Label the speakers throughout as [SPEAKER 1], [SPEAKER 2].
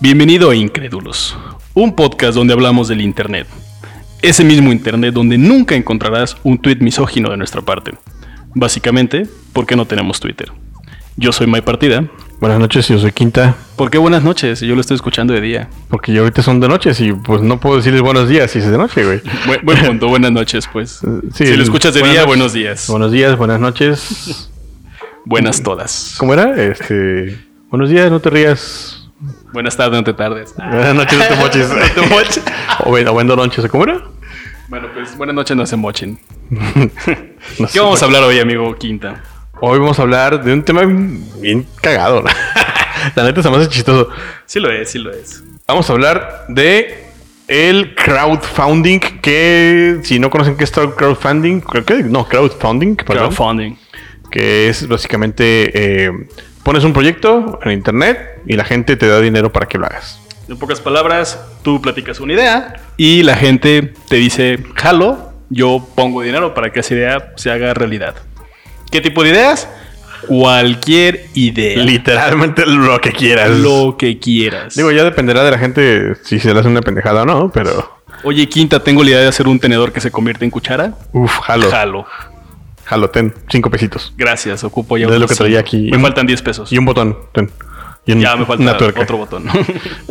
[SPEAKER 1] Bienvenido a Incrédulos, un podcast donde hablamos del Internet. Ese mismo Internet donde nunca encontrarás un tweet misógino de nuestra parte. Básicamente, porque no tenemos Twitter. Yo soy My Partida,
[SPEAKER 2] Buenas noches, yo soy Quinta,
[SPEAKER 1] porque buenas noches, yo lo estoy escuchando de día.
[SPEAKER 2] porque ya ahorita son de noche y pues no puedo decirles buenos días si es de noche, güey.
[SPEAKER 1] Buen, buen punto, buenas noches, pues.
[SPEAKER 2] Sí,
[SPEAKER 1] si lo escuchas de
[SPEAKER 2] buenas
[SPEAKER 1] día,
[SPEAKER 2] noches.
[SPEAKER 1] buenos días.
[SPEAKER 2] Buenos días, buenas noches.
[SPEAKER 1] Buenas todas.
[SPEAKER 2] ¿Cómo era? Este, buenos días, no te rías.
[SPEAKER 1] Buenas tardes, no te tardes. Ah,
[SPEAKER 2] Buenas noches, no te moches.
[SPEAKER 1] no te moches.
[SPEAKER 2] o, ven- o vendo lonches, ¿cómo era?
[SPEAKER 1] Bueno, pues buenas noches, no se mochen.
[SPEAKER 2] No
[SPEAKER 1] ¿Qué
[SPEAKER 2] sé.
[SPEAKER 1] vamos a hablar hoy, amigo Quinta?
[SPEAKER 2] Hoy vamos a hablar de un tema bien cagado. La neta se me hace chistoso.
[SPEAKER 1] Sí lo es, sí lo es.
[SPEAKER 2] Vamos a hablar de el crowdfunding, que si no conocen qué es crowdfunding, creo que no, crowdfunding, perdón.
[SPEAKER 1] Crowdfunding.
[SPEAKER 2] que es básicamente eh, pones un proyecto en internet y la gente te da dinero para que lo hagas.
[SPEAKER 1] En pocas palabras, tú platicas una idea y la gente te dice, jalo, yo pongo dinero para que esa idea se haga realidad. ¿Qué tipo de ideas? Cualquier idea.
[SPEAKER 2] Literalmente lo que quieras.
[SPEAKER 1] Lo que quieras.
[SPEAKER 2] Digo, ya dependerá de la gente si se le hace una pendejada o no, pero
[SPEAKER 1] Oye, Quinta, tengo la idea de hacer un tenedor que se convierte en cuchara.
[SPEAKER 2] uff, jalo,
[SPEAKER 1] Jalo.
[SPEAKER 2] jalo, ten, cinco pesitos.
[SPEAKER 1] Gracias, ocupo ya
[SPEAKER 2] Es
[SPEAKER 1] unos
[SPEAKER 2] lo que traía
[SPEAKER 1] cinco.
[SPEAKER 2] aquí.
[SPEAKER 1] Me faltan 10 pesos.
[SPEAKER 2] Y un botón, ten. Y un-
[SPEAKER 1] Ya me falta
[SPEAKER 2] una tuerca.
[SPEAKER 1] otro botón.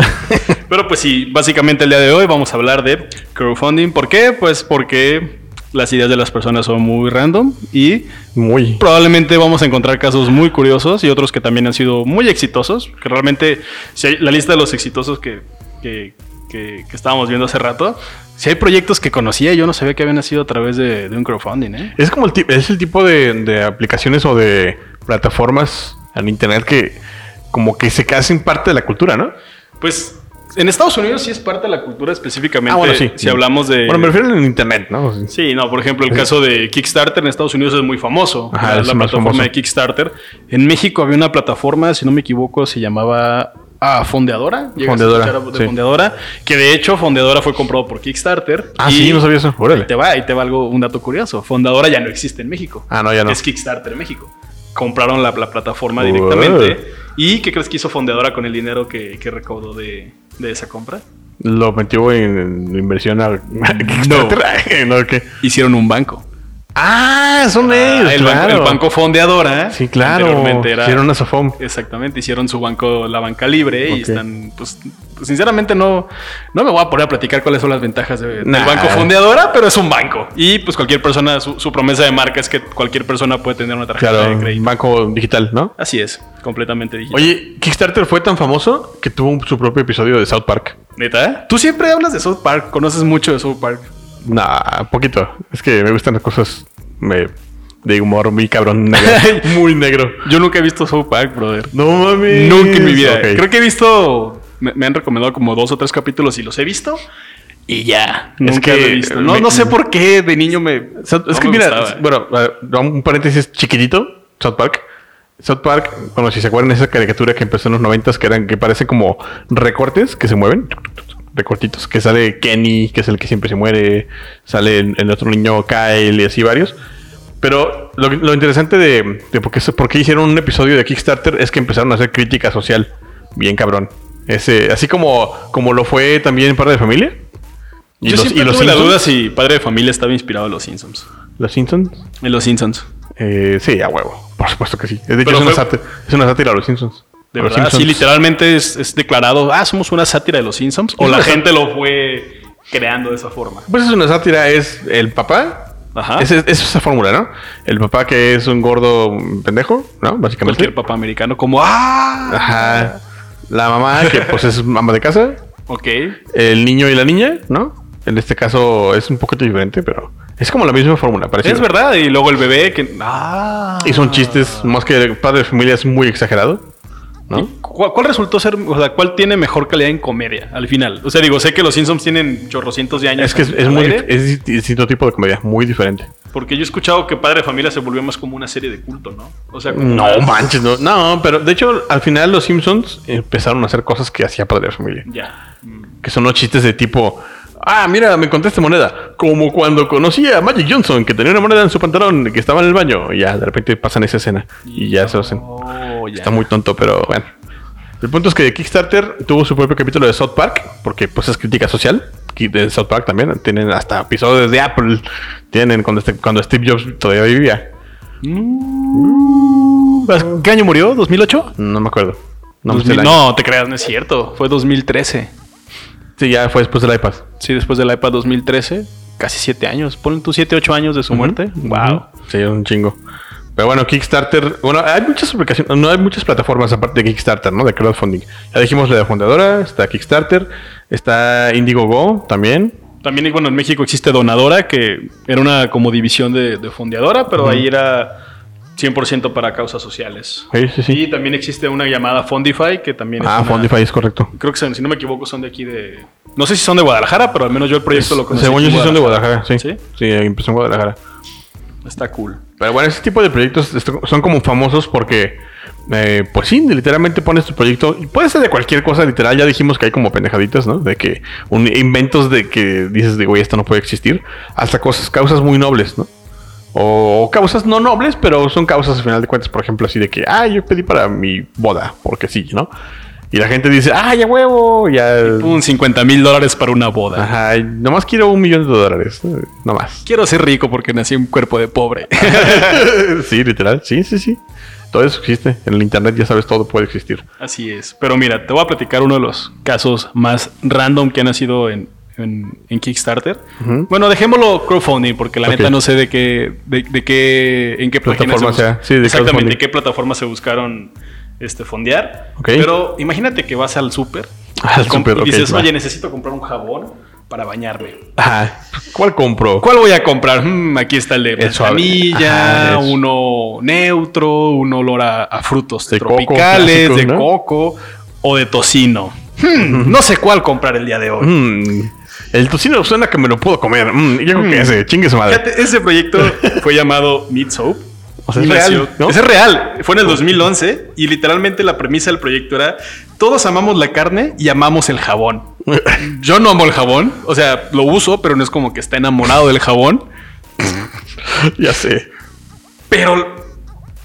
[SPEAKER 1] Pero pues sí, básicamente el día de hoy vamos a hablar de crowdfunding. ¿Por qué? Pues porque las ideas de las personas son muy random y
[SPEAKER 2] Muy.
[SPEAKER 1] probablemente vamos a encontrar casos muy curiosos y otros que también han sido muy exitosos. Que realmente, si hay- la lista de los exitosos que, que, que- que estábamos viendo hace rato, si hay proyectos que conocía, yo no sabía que habían nacido a través de, de un crowdfunding. ¿eh?
[SPEAKER 2] Es como el, ti- es el tipo de, de aplicaciones o de plataformas en internet que como que se hacen parte de la cultura, ¿no?
[SPEAKER 1] Pues en Estados Unidos sí es parte de la cultura específicamente. Si hablamos de.
[SPEAKER 2] Ah, Bueno, me refiero en internet, ¿no?
[SPEAKER 1] Sí, no, por ejemplo, el caso de Kickstarter en Estados Unidos es muy famoso.
[SPEAKER 2] Ajá,
[SPEAKER 1] la
[SPEAKER 2] es
[SPEAKER 1] la
[SPEAKER 2] más
[SPEAKER 1] plataforma
[SPEAKER 2] famoso.
[SPEAKER 1] de Kickstarter. En México había una plataforma, si no me equivoco, se llamaba ah, Fondeadora. ¿Llegaste a
[SPEAKER 2] Fondeadora,
[SPEAKER 1] escuchar de
[SPEAKER 2] sí.
[SPEAKER 1] Fondeadora, que de hecho Fondeadora fue comprado por Kickstarter.
[SPEAKER 2] Ah,
[SPEAKER 1] Y
[SPEAKER 2] sí, no sabía eso. Órale.
[SPEAKER 1] Ahí te va, ahí te va algo, un dato curioso. Fondeadora ya no existe en México.
[SPEAKER 2] Ah, no, ya no.
[SPEAKER 1] Es Kickstarter en México. Compraron la, la plataforma directamente. ¿Y qué crees que hizo Fondeadora con el dinero que, que recaudó de, de esa compra?
[SPEAKER 2] Lo metió en, en inversión al Kickstarter. No, ¿qué?
[SPEAKER 1] Hicieron un banco.
[SPEAKER 2] Ah, son ellos.
[SPEAKER 1] Ah, el,
[SPEAKER 2] claro.
[SPEAKER 1] banco, el banco fondeadora.
[SPEAKER 2] Sí, claro.
[SPEAKER 1] Anteriormente era-
[SPEAKER 2] Hicieron una Sofom.
[SPEAKER 1] Exactamente, hicieron su banco la banca libre y
[SPEAKER 2] Ok.
[SPEAKER 1] están, pues, pues, sinceramente no, no me voy a poner a platicar cuáles son las ventajas de- del
[SPEAKER 2] Nah.
[SPEAKER 1] banco fondeadora, pero es un banco. Y pues cualquier persona, su, su promesa de marca es que cualquier persona puede tener una tarjeta
[SPEAKER 2] Claro,
[SPEAKER 1] de crédito.
[SPEAKER 2] un banco digital, ¿no?
[SPEAKER 1] Así es, completamente digital.
[SPEAKER 2] Oye, Kickstarter fue tan famoso que tuvo un- su propio episodio de South Park. ¿eh?
[SPEAKER 1] neta, tú siempre hablas de South Park, conoces mucho de South Park.
[SPEAKER 2] Nah, poquito. Es que me gustan las cosas me- de humor muy cabrón, negro. muy negro.
[SPEAKER 1] Yo nunca he visto South Park, brother.
[SPEAKER 2] No mames.
[SPEAKER 1] Nunca en mi vida.
[SPEAKER 2] Ok.
[SPEAKER 1] Creo que he visto. Me, me han recomendado como dos o tres capítulos y los he visto. Y ya.
[SPEAKER 2] Es
[SPEAKER 1] nunca
[SPEAKER 2] que
[SPEAKER 1] lo he visto. No,
[SPEAKER 2] me-
[SPEAKER 1] no sé por qué de niño me.
[SPEAKER 2] O sea, es
[SPEAKER 1] no
[SPEAKER 2] que
[SPEAKER 1] me
[SPEAKER 2] mira,
[SPEAKER 1] gustaba.
[SPEAKER 2] es- bueno, eh, un paréntesis chiquitito, South Park. South Park, bueno, si se acuerdan esa caricatura que empezó en los noventas, que eran, que parece como recortes que se mueven, recortitos, que sale Kenny, que es el que siempre se muere, sale el, el otro niño Kyle y así varios. Pero lo, lo interesante de, de por, qué, por qué hicieron un episodio de Kickstarter es que empezaron a hacer crítica social, bien cabrón. Ese, así como, como lo fue también Padre de Familia.
[SPEAKER 1] Yo siempre tuve la
[SPEAKER 2] Simpsons.
[SPEAKER 1] duda si Padre de Familia estaba inspirado en los Simpsons.
[SPEAKER 2] Los Simpsons.
[SPEAKER 1] En los Simpsons.
[SPEAKER 2] Eh, sí, a huevo. Por supuesto que sí. De hecho,
[SPEAKER 1] Pero
[SPEAKER 2] es una,
[SPEAKER 1] fue-
[SPEAKER 2] sátira, es una sátira a los Simpsons.
[SPEAKER 1] De
[SPEAKER 2] A los
[SPEAKER 1] verdad, sí,
[SPEAKER 2] Simpsons.
[SPEAKER 1] literalmente es, es declarado, ah, somos una sátira de los Simpsons. O
[SPEAKER 2] Es
[SPEAKER 1] la
[SPEAKER 2] una
[SPEAKER 1] gente lo fue creando de esa forma.
[SPEAKER 2] Pues es una sátira, es el papá.
[SPEAKER 1] Ajá.
[SPEAKER 2] Es, es- es esa fórmula, ¿no? El papá que es un gordo pendejo, ¿no? Básicamente.
[SPEAKER 1] Cualquier papá americano, como, ah,
[SPEAKER 2] Ajá. La mamá que pues es mamá de casa.
[SPEAKER 1] ok.
[SPEAKER 2] El niño y la niña, ¿no? En este caso es un poquito diferente, pero es como la misma fórmula, parece.
[SPEAKER 1] Es verdad. Y luego el bebé que, ah.
[SPEAKER 2] Y son chistes, más que el padre de familia es muy exagerado, ¿no?
[SPEAKER 1] ¿Y ¿Cuál, cuál resultó ser, o sea, cuál tiene mejor calidad en comedia al final? O sea, digo, sé que los Simpsons tienen chorrocientos de años.
[SPEAKER 2] Es que es,
[SPEAKER 1] al
[SPEAKER 2] es muy
[SPEAKER 1] aire,
[SPEAKER 2] dif- es distinto tipo de comedia, muy diferente.
[SPEAKER 1] Porque yo he escuchado que Padre de Familia se volvió más como una serie de culto, ¿no? O sea, como
[SPEAKER 2] No
[SPEAKER 1] más-
[SPEAKER 2] manches, no. No, pero de hecho, al final los Simpsons empezaron a hacer cosas que hacía Padre de Familia.
[SPEAKER 1] Ya. Mm.
[SPEAKER 2] Que son los chistes de tipo. Ah, mira, me contaste moneda. Como cuando conocí a Magic Johnson, que tenía una moneda en su pantalón, que estaba en el baño. Y ya, de repente pasan esa escena. Y ya se lo hacen.
[SPEAKER 1] Oh, ya.
[SPEAKER 2] Está muy tonto, pero bueno. El punto es que Kickstarter tuvo su propio capítulo de South Park, porque pues es crítica social. Y De South Park también. Tienen hasta episodios de Apple. Tienen cuando, este- cuando Steve Jobs todavía vivía.
[SPEAKER 1] ¿Qué año murió? ¿2008?
[SPEAKER 2] No me acuerdo. No, me sé
[SPEAKER 1] 2000,
[SPEAKER 2] el año.
[SPEAKER 1] no, te creas, no es cierto. Fue 2013.
[SPEAKER 2] Sí, ya fue después del iPad.
[SPEAKER 1] Sí, después del iPad 2013, casi 7 años. Ponen tus 7, 8 años de su muerte.
[SPEAKER 2] Ujú.
[SPEAKER 1] Wow.
[SPEAKER 2] Sí, un chingo. Pero bueno, Kickstarter. Bueno, hay muchas aplicaciones. No hay muchas plataformas aparte de Kickstarter, ¿no? De crowdfunding. Ya dijimos la de fundadora, está Kickstarter, está Indiegogo también.
[SPEAKER 1] También, bueno, en México existe Donadora, que era una como división de, de fondeadora, pero ahí era 100% para causas sociales.
[SPEAKER 2] Sí, sí, sí.
[SPEAKER 1] Y también existe una llamada Fondify, que también es
[SPEAKER 2] Ah,
[SPEAKER 1] una-
[SPEAKER 2] Fundify es correcto.
[SPEAKER 1] Creo que, son- si no me equivoco, son de aquí de... No sé si son de Guadalajara, pero al menos yo el proyecto lo conocí.
[SPEAKER 2] Según yo
[SPEAKER 1] aquí
[SPEAKER 2] sí
[SPEAKER 1] en
[SPEAKER 2] son de Guadalajara, sí. Sí,
[SPEAKER 1] ¿Sí?
[SPEAKER 2] empezó en Guadalajara.
[SPEAKER 1] Está cool.
[SPEAKER 2] Pero bueno, ese tipo de proyectos est- son como famosos porque, eh, pues sí, literalmente pones tu proyecto. Y puede ser de cualquier cosa, literal. Ya dijimos que hay como pendejaditas, ¿no? De que un, inventos de que dices, de, güey, esto no puede existir. Hasta cosas, causas muy nobles, ¿no? O causas no nobles, pero son causas al final de cuentas. Por ejemplo, así de que, ah, yo pedí para mi boda, porque sí, ¿no? Y la gente dice, ah, ya huevo, ya.
[SPEAKER 1] Un 50 mil dólares para una boda.
[SPEAKER 2] Ajá, y nomás quiero un millón de dólares, ¿no? nomás.
[SPEAKER 1] Quiero ser rico porque nací en un cuerpo de pobre.
[SPEAKER 2] sí, literal. Sí, sí, sí. Todo eso existe. En el internet ya sabes, todo puede existir.
[SPEAKER 1] Así es. Pero mira, te voy a platicar uno de los casos más random que han nacido en, en- en Kickstarter.
[SPEAKER 2] Ujú.
[SPEAKER 1] Bueno, dejémoslo crowdfunding, porque la
[SPEAKER 2] Ok.
[SPEAKER 1] neta no sé de qué, de, de qué, en qué página se bus-
[SPEAKER 2] Plataforma sea. Sí, de crowdfunding.
[SPEAKER 1] Exactamente, en qué plataforma se buscaron este fondear.
[SPEAKER 2] Ok.
[SPEAKER 1] Pero imagínate que vas al súper
[SPEAKER 2] Al
[SPEAKER 1] y com-
[SPEAKER 2] súper,
[SPEAKER 1] y
[SPEAKER 2] ok,
[SPEAKER 1] dices,
[SPEAKER 2] va.
[SPEAKER 1] oye, necesito comprar un jabón para bañarme.
[SPEAKER 2] Ajá. Ah. ¿Cuál compro?
[SPEAKER 1] ¿Cuál voy a comprar? Mm, aquí está el de
[SPEAKER 2] El suave.
[SPEAKER 1] manzanilla,
[SPEAKER 2] Ajá, es-
[SPEAKER 1] uno neutro, un olor a, a frutos
[SPEAKER 2] De coco,
[SPEAKER 1] tropicales,
[SPEAKER 2] clásico,
[SPEAKER 1] de
[SPEAKER 2] ¿no?
[SPEAKER 1] coco o de tocino. Hmm, no sé cuál comprar el día de hoy.
[SPEAKER 2] Mm, el tocino suena que me lo puedo comer. Mm, yo creo que
[SPEAKER 1] Mm.
[SPEAKER 2] ese. Chingue su madre.
[SPEAKER 1] Fíjate, ese proyecto fue llamado Meat Soap.
[SPEAKER 2] O sea, es
[SPEAKER 1] Y
[SPEAKER 2] real,
[SPEAKER 1] nació-
[SPEAKER 2] ¿no?
[SPEAKER 1] Ese es real. Fue en el 2011 y literalmente la premisa del proyecto era todos amamos la carne y amamos el jabón. Yo no amo el jabón, o sea, lo uso, pero no es como que está enamorado del jabón.
[SPEAKER 2] ya sé.
[SPEAKER 1] Pero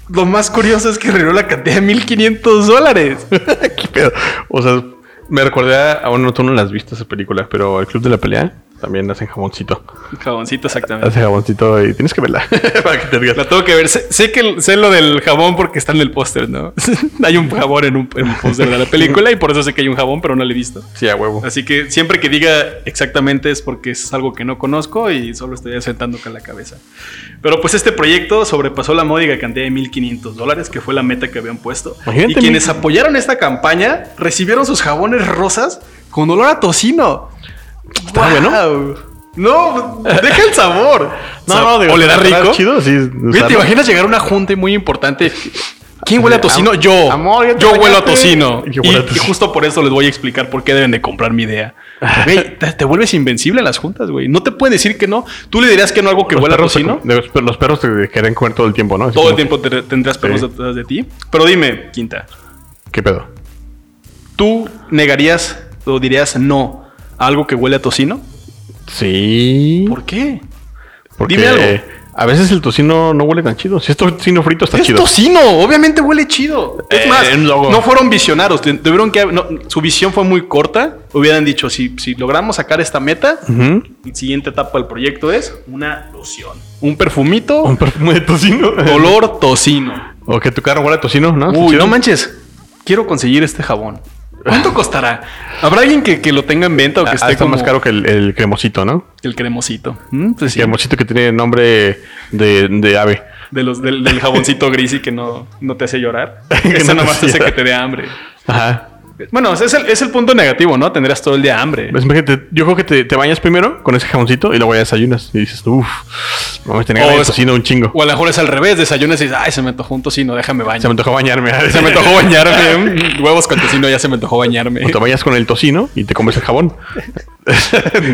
[SPEAKER 1] lo más curioso es que reunió la cantidad de 1500 dólares.
[SPEAKER 2] Qué pedo. O sea, me recordé a bueno, tú no las has visto esa película, pero el Club de la Pelea también hacen jaboncito.
[SPEAKER 1] Jaboncito, exactamente.
[SPEAKER 2] Hace jaboncito y tienes que verla para que te digas.
[SPEAKER 1] La tengo que ver. Sé, sé que el- sé lo del jabón porque está en el póster, ¿no? hay un jabón en un, en un póster de la película y por eso sé que hay un jabón, pero no lo he visto.
[SPEAKER 2] Sí, a huevo.
[SPEAKER 1] Así que siempre que diga exactamente es porque es algo que no conozco y solo estoy asentando con la cabeza. Pero pues este proyecto sobrepasó la módica cantidad de 1.500 dólares, que fue la meta que habían puesto.
[SPEAKER 2] Imagínate,
[SPEAKER 1] y quienes
[SPEAKER 2] mil-
[SPEAKER 1] apoyaron esta campaña recibieron sus jabones rosas con olor a tocino.
[SPEAKER 2] Está bueno.
[SPEAKER 1] No, deja el sabor.
[SPEAKER 2] No,
[SPEAKER 1] O sea,
[SPEAKER 2] no, digo,
[SPEAKER 1] ¿O le da
[SPEAKER 2] ¿está
[SPEAKER 1] rico?
[SPEAKER 2] chido? Sí,
[SPEAKER 1] Güey,
[SPEAKER 2] está-
[SPEAKER 1] ¿Te imaginas llegar a una junta y muy importante? ¿Quién huele a tocino?
[SPEAKER 2] Am-
[SPEAKER 1] Yo.
[SPEAKER 2] amor, ya te
[SPEAKER 1] yo huelo a
[SPEAKER 2] bañaste.
[SPEAKER 1] tocino.
[SPEAKER 2] Yo
[SPEAKER 1] y,
[SPEAKER 2] huelo a tocino.
[SPEAKER 1] y justo por eso les voy a explicar por qué deben de comprar mi idea. Güey, te, te vuelves invencible en las juntas, güey. No te pueden decir que no. Tú le dirías que no a algo que
[SPEAKER 2] Los
[SPEAKER 1] huele a
[SPEAKER 2] perros,
[SPEAKER 1] tocino.
[SPEAKER 2] te- los, per- los perros te quieren comer todo el tiempo, ¿no? Así
[SPEAKER 1] Todo el tiempo
[SPEAKER 2] como,
[SPEAKER 1] te- tendrás perros
[SPEAKER 2] Sí.
[SPEAKER 1] detrás de ti. Pero dime, Quinta,
[SPEAKER 2] ¿Qué pedo?
[SPEAKER 1] ¿tú negarías o dirías no a algo que huele a tocino?
[SPEAKER 2] Sí.
[SPEAKER 1] ¿Por qué?
[SPEAKER 2] Porque
[SPEAKER 1] Dime algo.
[SPEAKER 2] a veces el tocino no huele tan chido. Si es tocino frito, está
[SPEAKER 1] es
[SPEAKER 2] chido.
[SPEAKER 1] tocino, obviamente huele chido. Es
[SPEAKER 2] Eh,
[SPEAKER 1] más,
[SPEAKER 2] un logo.
[SPEAKER 1] no fueron visionarios. tu- Tuvieron que. no, su visión fue muy corta. Hubieran dicho: si, si logramos sacar esta meta,
[SPEAKER 2] Ujú.
[SPEAKER 1] la siguiente etapa del proyecto es una loción. Un perfumito,
[SPEAKER 2] Un perfume de tocino.
[SPEAKER 1] olor tocino.
[SPEAKER 2] o que tu carro huele a tocino, ¿no? Está
[SPEAKER 1] Uy,
[SPEAKER 2] chido.
[SPEAKER 1] no manches. Quiero conseguir este jabón. ¿Cuánto costará? ¿Habrá alguien que, que lo tenga en venta o que
[SPEAKER 2] Ah,
[SPEAKER 1] esté
[SPEAKER 2] está más
[SPEAKER 1] como
[SPEAKER 2] caro que el, el cremosito, ¿no?
[SPEAKER 1] El cremosito. Mm, pues sí,
[SPEAKER 2] El cremosito que tiene nombre de, de ave.
[SPEAKER 1] de los, del, del jaboncito gris y que no, no te hace llorar.
[SPEAKER 2] Que no
[SPEAKER 1] Eso
[SPEAKER 2] te
[SPEAKER 1] nada más
[SPEAKER 2] hace
[SPEAKER 1] hace que
[SPEAKER 2] llorar.
[SPEAKER 1] te dé hambre.
[SPEAKER 2] Ajá.
[SPEAKER 1] Bueno, ese es el, es el punto negativo, ¿no? Tendrás todo el día hambre.
[SPEAKER 2] Pues imagínate, yo creo que te, te bañas primero con ese jaboncito y luego ya desayunas. Y dices, uff, vamos a tener
[SPEAKER 1] O
[SPEAKER 2] ganas de
[SPEAKER 1] es-
[SPEAKER 2] tocino un chingo.
[SPEAKER 1] O a lo mejor es al revés, desayunas y dices, ay, se me antojó un tocino, déjame
[SPEAKER 2] Se me
[SPEAKER 1] bañar.
[SPEAKER 2] antojó bañarme.
[SPEAKER 1] Se me antojó bañarme. mm, Huevos con tocino, ya se me antojó bañarme.
[SPEAKER 2] O te bañas con el tocino y te comes el jabón.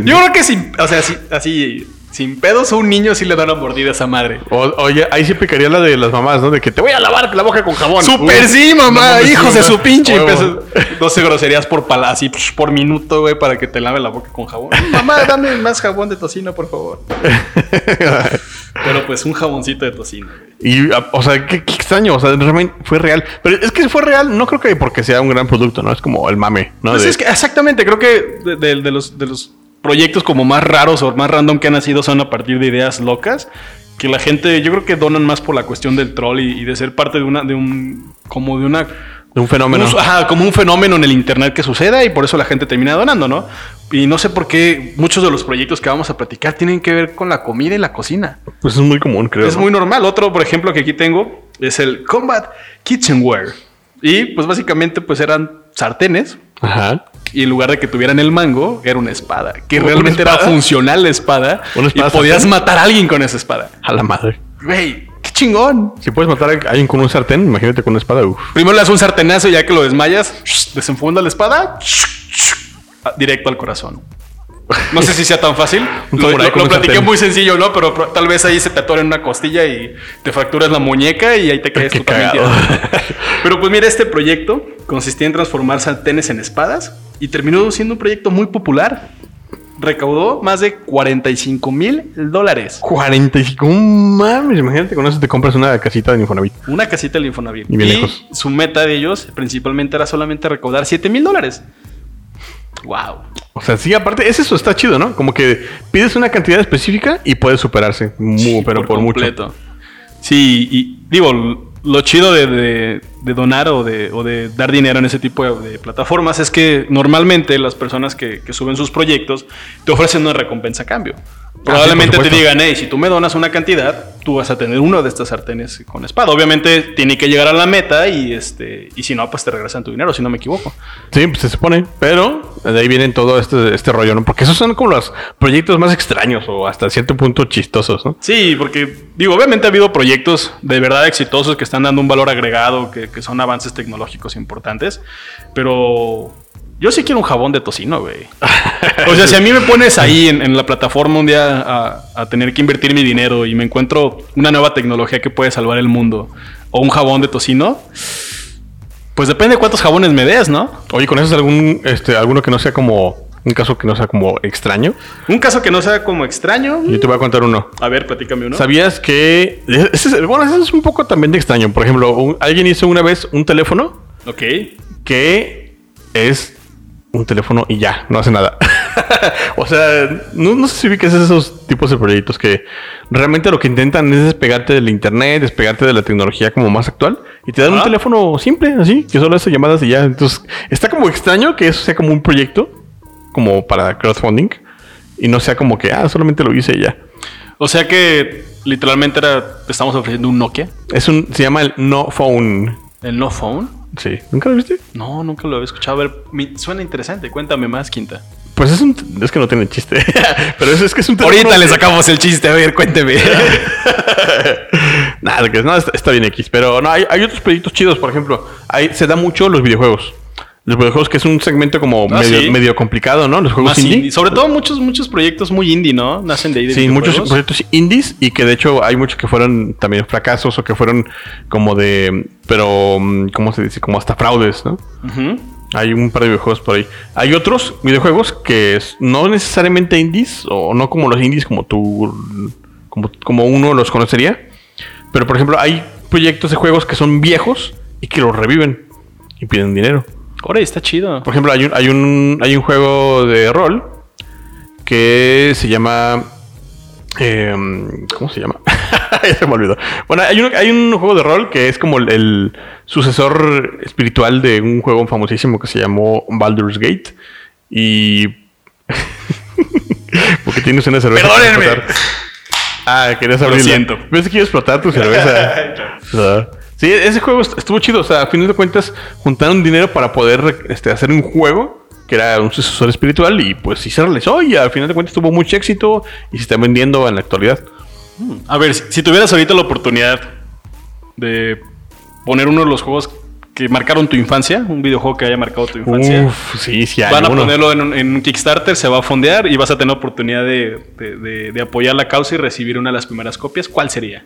[SPEAKER 1] Yo creo que sin, o sea, sí- así, sin pedos a un niño sí le da una mordida a esa madre.
[SPEAKER 2] O, oye, ahí sí picaría la de las mamás, ¿no? De que te voy a lavar la boca con jabón.
[SPEAKER 1] Super
[SPEAKER 2] Uy,
[SPEAKER 1] sí,
[SPEAKER 2] no
[SPEAKER 1] mamá,
[SPEAKER 2] mames,
[SPEAKER 1] hijos
[SPEAKER 2] sí,
[SPEAKER 1] de
[SPEAKER 2] mamá.
[SPEAKER 1] su pinche.
[SPEAKER 2] Huevo.
[SPEAKER 1] Empezó 12 groserías por pala, así psh, por minuto, güey, para que te lave la boca con jabón. Mamá, dame más jabón de tocino, por favor. Pero pues un jaboncito de tocino. güey.
[SPEAKER 2] Y, a- o sea, qué, qué extraño. O sea, realmente fue real. Pero es que fue real. No creo que porque sea un gran producto, ¿no? Es como el mame, ¿no?
[SPEAKER 1] Pues
[SPEAKER 2] Ah, De-
[SPEAKER 1] es que exactamente, creo que de, de- de los, de los proyectos como más raros o más random que han nacido son a partir de ideas locas. Que la gente, yo creo que donan más por la cuestión del troll y, y de ser parte de una, de un, como de una,
[SPEAKER 2] de un fenómeno.
[SPEAKER 1] un- ajá, como un fenómeno en el internet que suceda y por eso la gente termina donando, ¿no? Y no sé por qué muchos de los proyectos que vamos a platicar tienen que ver con la comida y la cocina.
[SPEAKER 2] Pues es muy común, creo.
[SPEAKER 1] Es
[SPEAKER 2] ¿no?
[SPEAKER 1] muy normal. Otro, por ejemplo, que aquí tengo es el Combat Kitchenware. Y pues básicamente pues eran sartenes
[SPEAKER 2] Ajá.
[SPEAKER 1] y en lugar de que tuvieran el mango, era una espada. Que
[SPEAKER 2] ¿Una
[SPEAKER 1] realmente era
[SPEAKER 2] espada?
[SPEAKER 1] funcional la espada.
[SPEAKER 2] ¿Una espada
[SPEAKER 1] y podías
[SPEAKER 2] sartén?
[SPEAKER 1] matar a alguien con esa espada.
[SPEAKER 2] A la madre.
[SPEAKER 1] Güey, qué chingón.
[SPEAKER 2] Si puedes matar a alguien con un sartén, imagínate con una espada. Uf.
[SPEAKER 1] Primero le das un sartenazo y ya que lo desmayas, desenfunda la espada ah, directo al corazón. No sé si sea tan fácil.
[SPEAKER 2] Un
[SPEAKER 1] Lo,
[SPEAKER 2] samurái
[SPEAKER 1] lo-
[SPEAKER 2] con
[SPEAKER 1] lo
[SPEAKER 2] un
[SPEAKER 1] platiqué
[SPEAKER 2] sartén.
[SPEAKER 1] muy sencillo, ¿no? Pero pro- tal vez ahí se te atora en una costilla y te fracturas la muñeca y ahí te caes
[SPEAKER 2] Qué
[SPEAKER 1] totalmente.
[SPEAKER 2] cagado.
[SPEAKER 1] Pero pues mira, este proyecto consistía en transformar sartenes en espadas y terminó siendo un proyecto muy popular. Recaudó más de 45 mil dólares.
[SPEAKER 2] 45 mames. Imagínate con eso te compras una casita de Infonavit.
[SPEAKER 1] Una casita del Infonavit.
[SPEAKER 2] Y bien lejos.
[SPEAKER 1] su meta de ellos principalmente era solamente recaudar 7 mil dólares. Wow.
[SPEAKER 2] O sea, sí, aparte, es eso, está chido, ¿no? Como que pides una cantidad específica y puedes superarse. Mu- pero por, mucho.
[SPEAKER 1] Sí, y digo, lo chido de, de- de donar o de, o de dar dinero en ese tipo de, de plataformas es que normalmente las personas que, que suben sus proyectos te ofrecen una recompensa a cambio. Probablemente te
[SPEAKER 2] Ah, supuesto.
[SPEAKER 1] digan, hey, si tú me donas una cantidad, tú vas a tener uno de estas sartenes con espada. Obviamente tiene que llegar a la meta y este y si no, pues te regresan tu dinero, si no me equivoco.
[SPEAKER 2] Sí, pues se supone. Pero de ahí viene todo este, este rollo, ¿no? Porque esos son como los proyectos más extraños o hasta cierto punto chistosos, ¿no?
[SPEAKER 1] Sí, porque digo, obviamente ha habido proyectos de verdad exitosos que están dando un valor agregado, que, que son avances tecnológicos importantes, pero yo sí quiero un jabón de tocino, güey. O sea, si a mí me pones ahí en, en la plataforma un día a, a tener que invertir mi dinero y me encuentro una nueva tecnología que puede salvar el mundo o un jabón de tocino, pues depende de cuántos jabones me des, ¿no?
[SPEAKER 2] Oye, ¿con eso es algún, este, alguno que no sea como, un caso que no sea como extraño?
[SPEAKER 1] Un caso que no sea como extraño.
[SPEAKER 2] Yo te voy a contar uno.
[SPEAKER 1] A ver, platícame uno.
[SPEAKER 2] ¿Sabías que... ese es- bueno, eso es un poco también de extraño. Por ejemplo, un- alguien hizo una vez un teléfono
[SPEAKER 1] Ok.
[SPEAKER 2] que es un teléfono y ya, no hace nada. o sea, no, no sé si ubicas esos tipos de proyectos que realmente lo que intentan es despegarte del internet, despegarte de la tecnología como más actual y te dan un
[SPEAKER 1] Ah.
[SPEAKER 2] teléfono simple, así, que solo hace llamadas y ya. Entonces, está como extraño que eso sea como un proyecto, como para crowdfunding, y no sea como que, ah, solamente lo hice y ya.
[SPEAKER 1] O sea que literalmente era, te estamos ofreciendo un Nokia.
[SPEAKER 2] Es un, se llama el no phone.
[SPEAKER 1] ¿El no phone?
[SPEAKER 2] Sí, ¿nunca lo viste?
[SPEAKER 1] No, nunca lo había escuchado. A ver, mi- suena interesante. Cuéntame más, Quinta.
[SPEAKER 2] Pues es un, es que no tiene chiste, pero es, es que es un
[SPEAKER 1] Ahorita
[SPEAKER 2] teléfono
[SPEAKER 1] le
[SPEAKER 2] que-
[SPEAKER 1] sacamos el chiste. A ver, cuénteme.
[SPEAKER 2] Nada, que no, está, está bien X. Pero no, hay, hay otros proyectos chidos, por ejemplo. Hay, se da mucho los videojuegos. Los videojuegos que es un segmento como
[SPEAKER 1] Ah,
[SPEAKER 2] medio,
[SPEAKER 1] sí.
[SPEAKER 2] medio complicado, ¿no? Los juegos
[SPEAKER 1] Más
[SPEAKER 2] indie.
[SPEAKER 1] indie. Sobre todo muchos, muchos proyectos muy indie, ¿no? Nacen de ahí. de
[SPEAKER 2] Sí, muchos
[SPEAKER 1] videojuegos.
[SPEAKER 2] proyectos indies y que de hecho hay muchos que fueron también fracasos o que fueron como de, pero, mm, ¿cómo se dice? Como hasta fraudes, ¿no?
[SPEAKER 1] Ujú.
[SPEAKER 2] Hay un par de videojuegos por ahí. Hay otros videojuegos que es- no necesariamente indies o no como los indies como tú, como, como uno los conocería. Pero por ejemplo, hay proyectos de juegos que son viejos y que los reviven y piden dinero.
[SPEAKER 1] Órale, está chido.
[SPEAKER 2] Por ejemplo, hay un, hay un, hay un juego de rol que se llama... em, ¿Cómo se llama? ya se me olvidó. Bueno, hay un, hay un juego de rol que es como el, el sucesor espiritual de un juego famosísimo que se llamó Baldur's Gate. Y... Porque tienes una cerveza. que
[SPEAKER 1] Perdónenme.
[SPEAKER 2] explotar. Ah, querías abrirla.
[SPEAKER 1] siento.
[SPEAKER 2] Ves que quiero explotar tu cerveza. O sea, Sí, ese juego est- estuvo chido. O sea, a fin de cuentas, juntaron dinero para poder re- este, hacer un juego que era un sucesor espiritual y pues sí se realizó y al final de cuentas tuvo mucho éxito y se está vendiendo en la actualidad.
[SPEAKER 1] A ver, si si tuvieras ahorita la oportunidad de poner uno de los juegos que marcaron tu infancia, un videojuego que haya marcado tu infancia.
[SPEAKER 2] Uf, sí, sí hay
[SPEAKER 1] Van a
[SPEAKER 2] uno.
[SPEAKER 1] ponerlo en un, en un Kickstarter, se va a fondear y vas a tener oportunidad de, de- de- de apoyar la causa y recibir una de las primeras copias. ¿Cuál sería?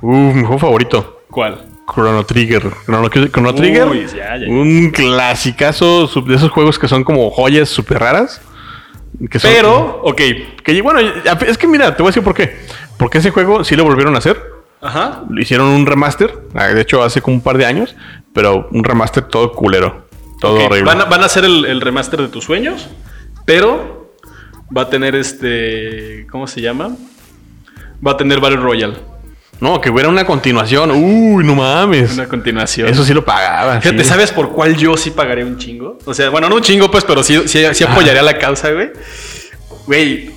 [SPEAKER 2] Uf, mi juego favorito.
[SPEAKER 1] ¿Cuál?
[SPEAKER 2] Chrono Trigger. Chrono, Chrono Trigger.
[SPEAKER 1] Uy, ya, ya, ya.
[SPEAKER 2] Un clasicazo sub- de esos juegos que son como joyas súper raras. que son-
[SPEAKER 1] Pero, ok,
[SPEAKER 2] Que bueno, es que mira, te voy a decir por qué. Porque ese juego sí lo volvieron a hacer.
[SPEAKER 1] Ajá.
[SPEAKER 2] Lo hicieron un remaster. ah, De hecho, hace como un par de años. Pero un remaster todo culero. Todo
[SPEAKER 1] Ok,
[SPEAKER 2] horrible.
[SPEAKER 1] Van a, van a hacer el, el remaster de tus sueños, pero va a tener este. ¿Cómo se llama? Va a tener Battle Royale.
[SPEAKER 2] No, que hubiera una continuación. Uy, no mames.
[SPEAKER 1] Una continuación.
[SPEAKER 2] Eso sí lo pagaba.
[SPEAKER 1] Fíjate,
[SPEAKER 2] sí.
[SPEAKER 1] ¿sabes por cuál yo sí pagaré un chingo? O sea, bueno, no un chingo, pues, pero sí, sí, sí apoyaría la causa, güey. Güey,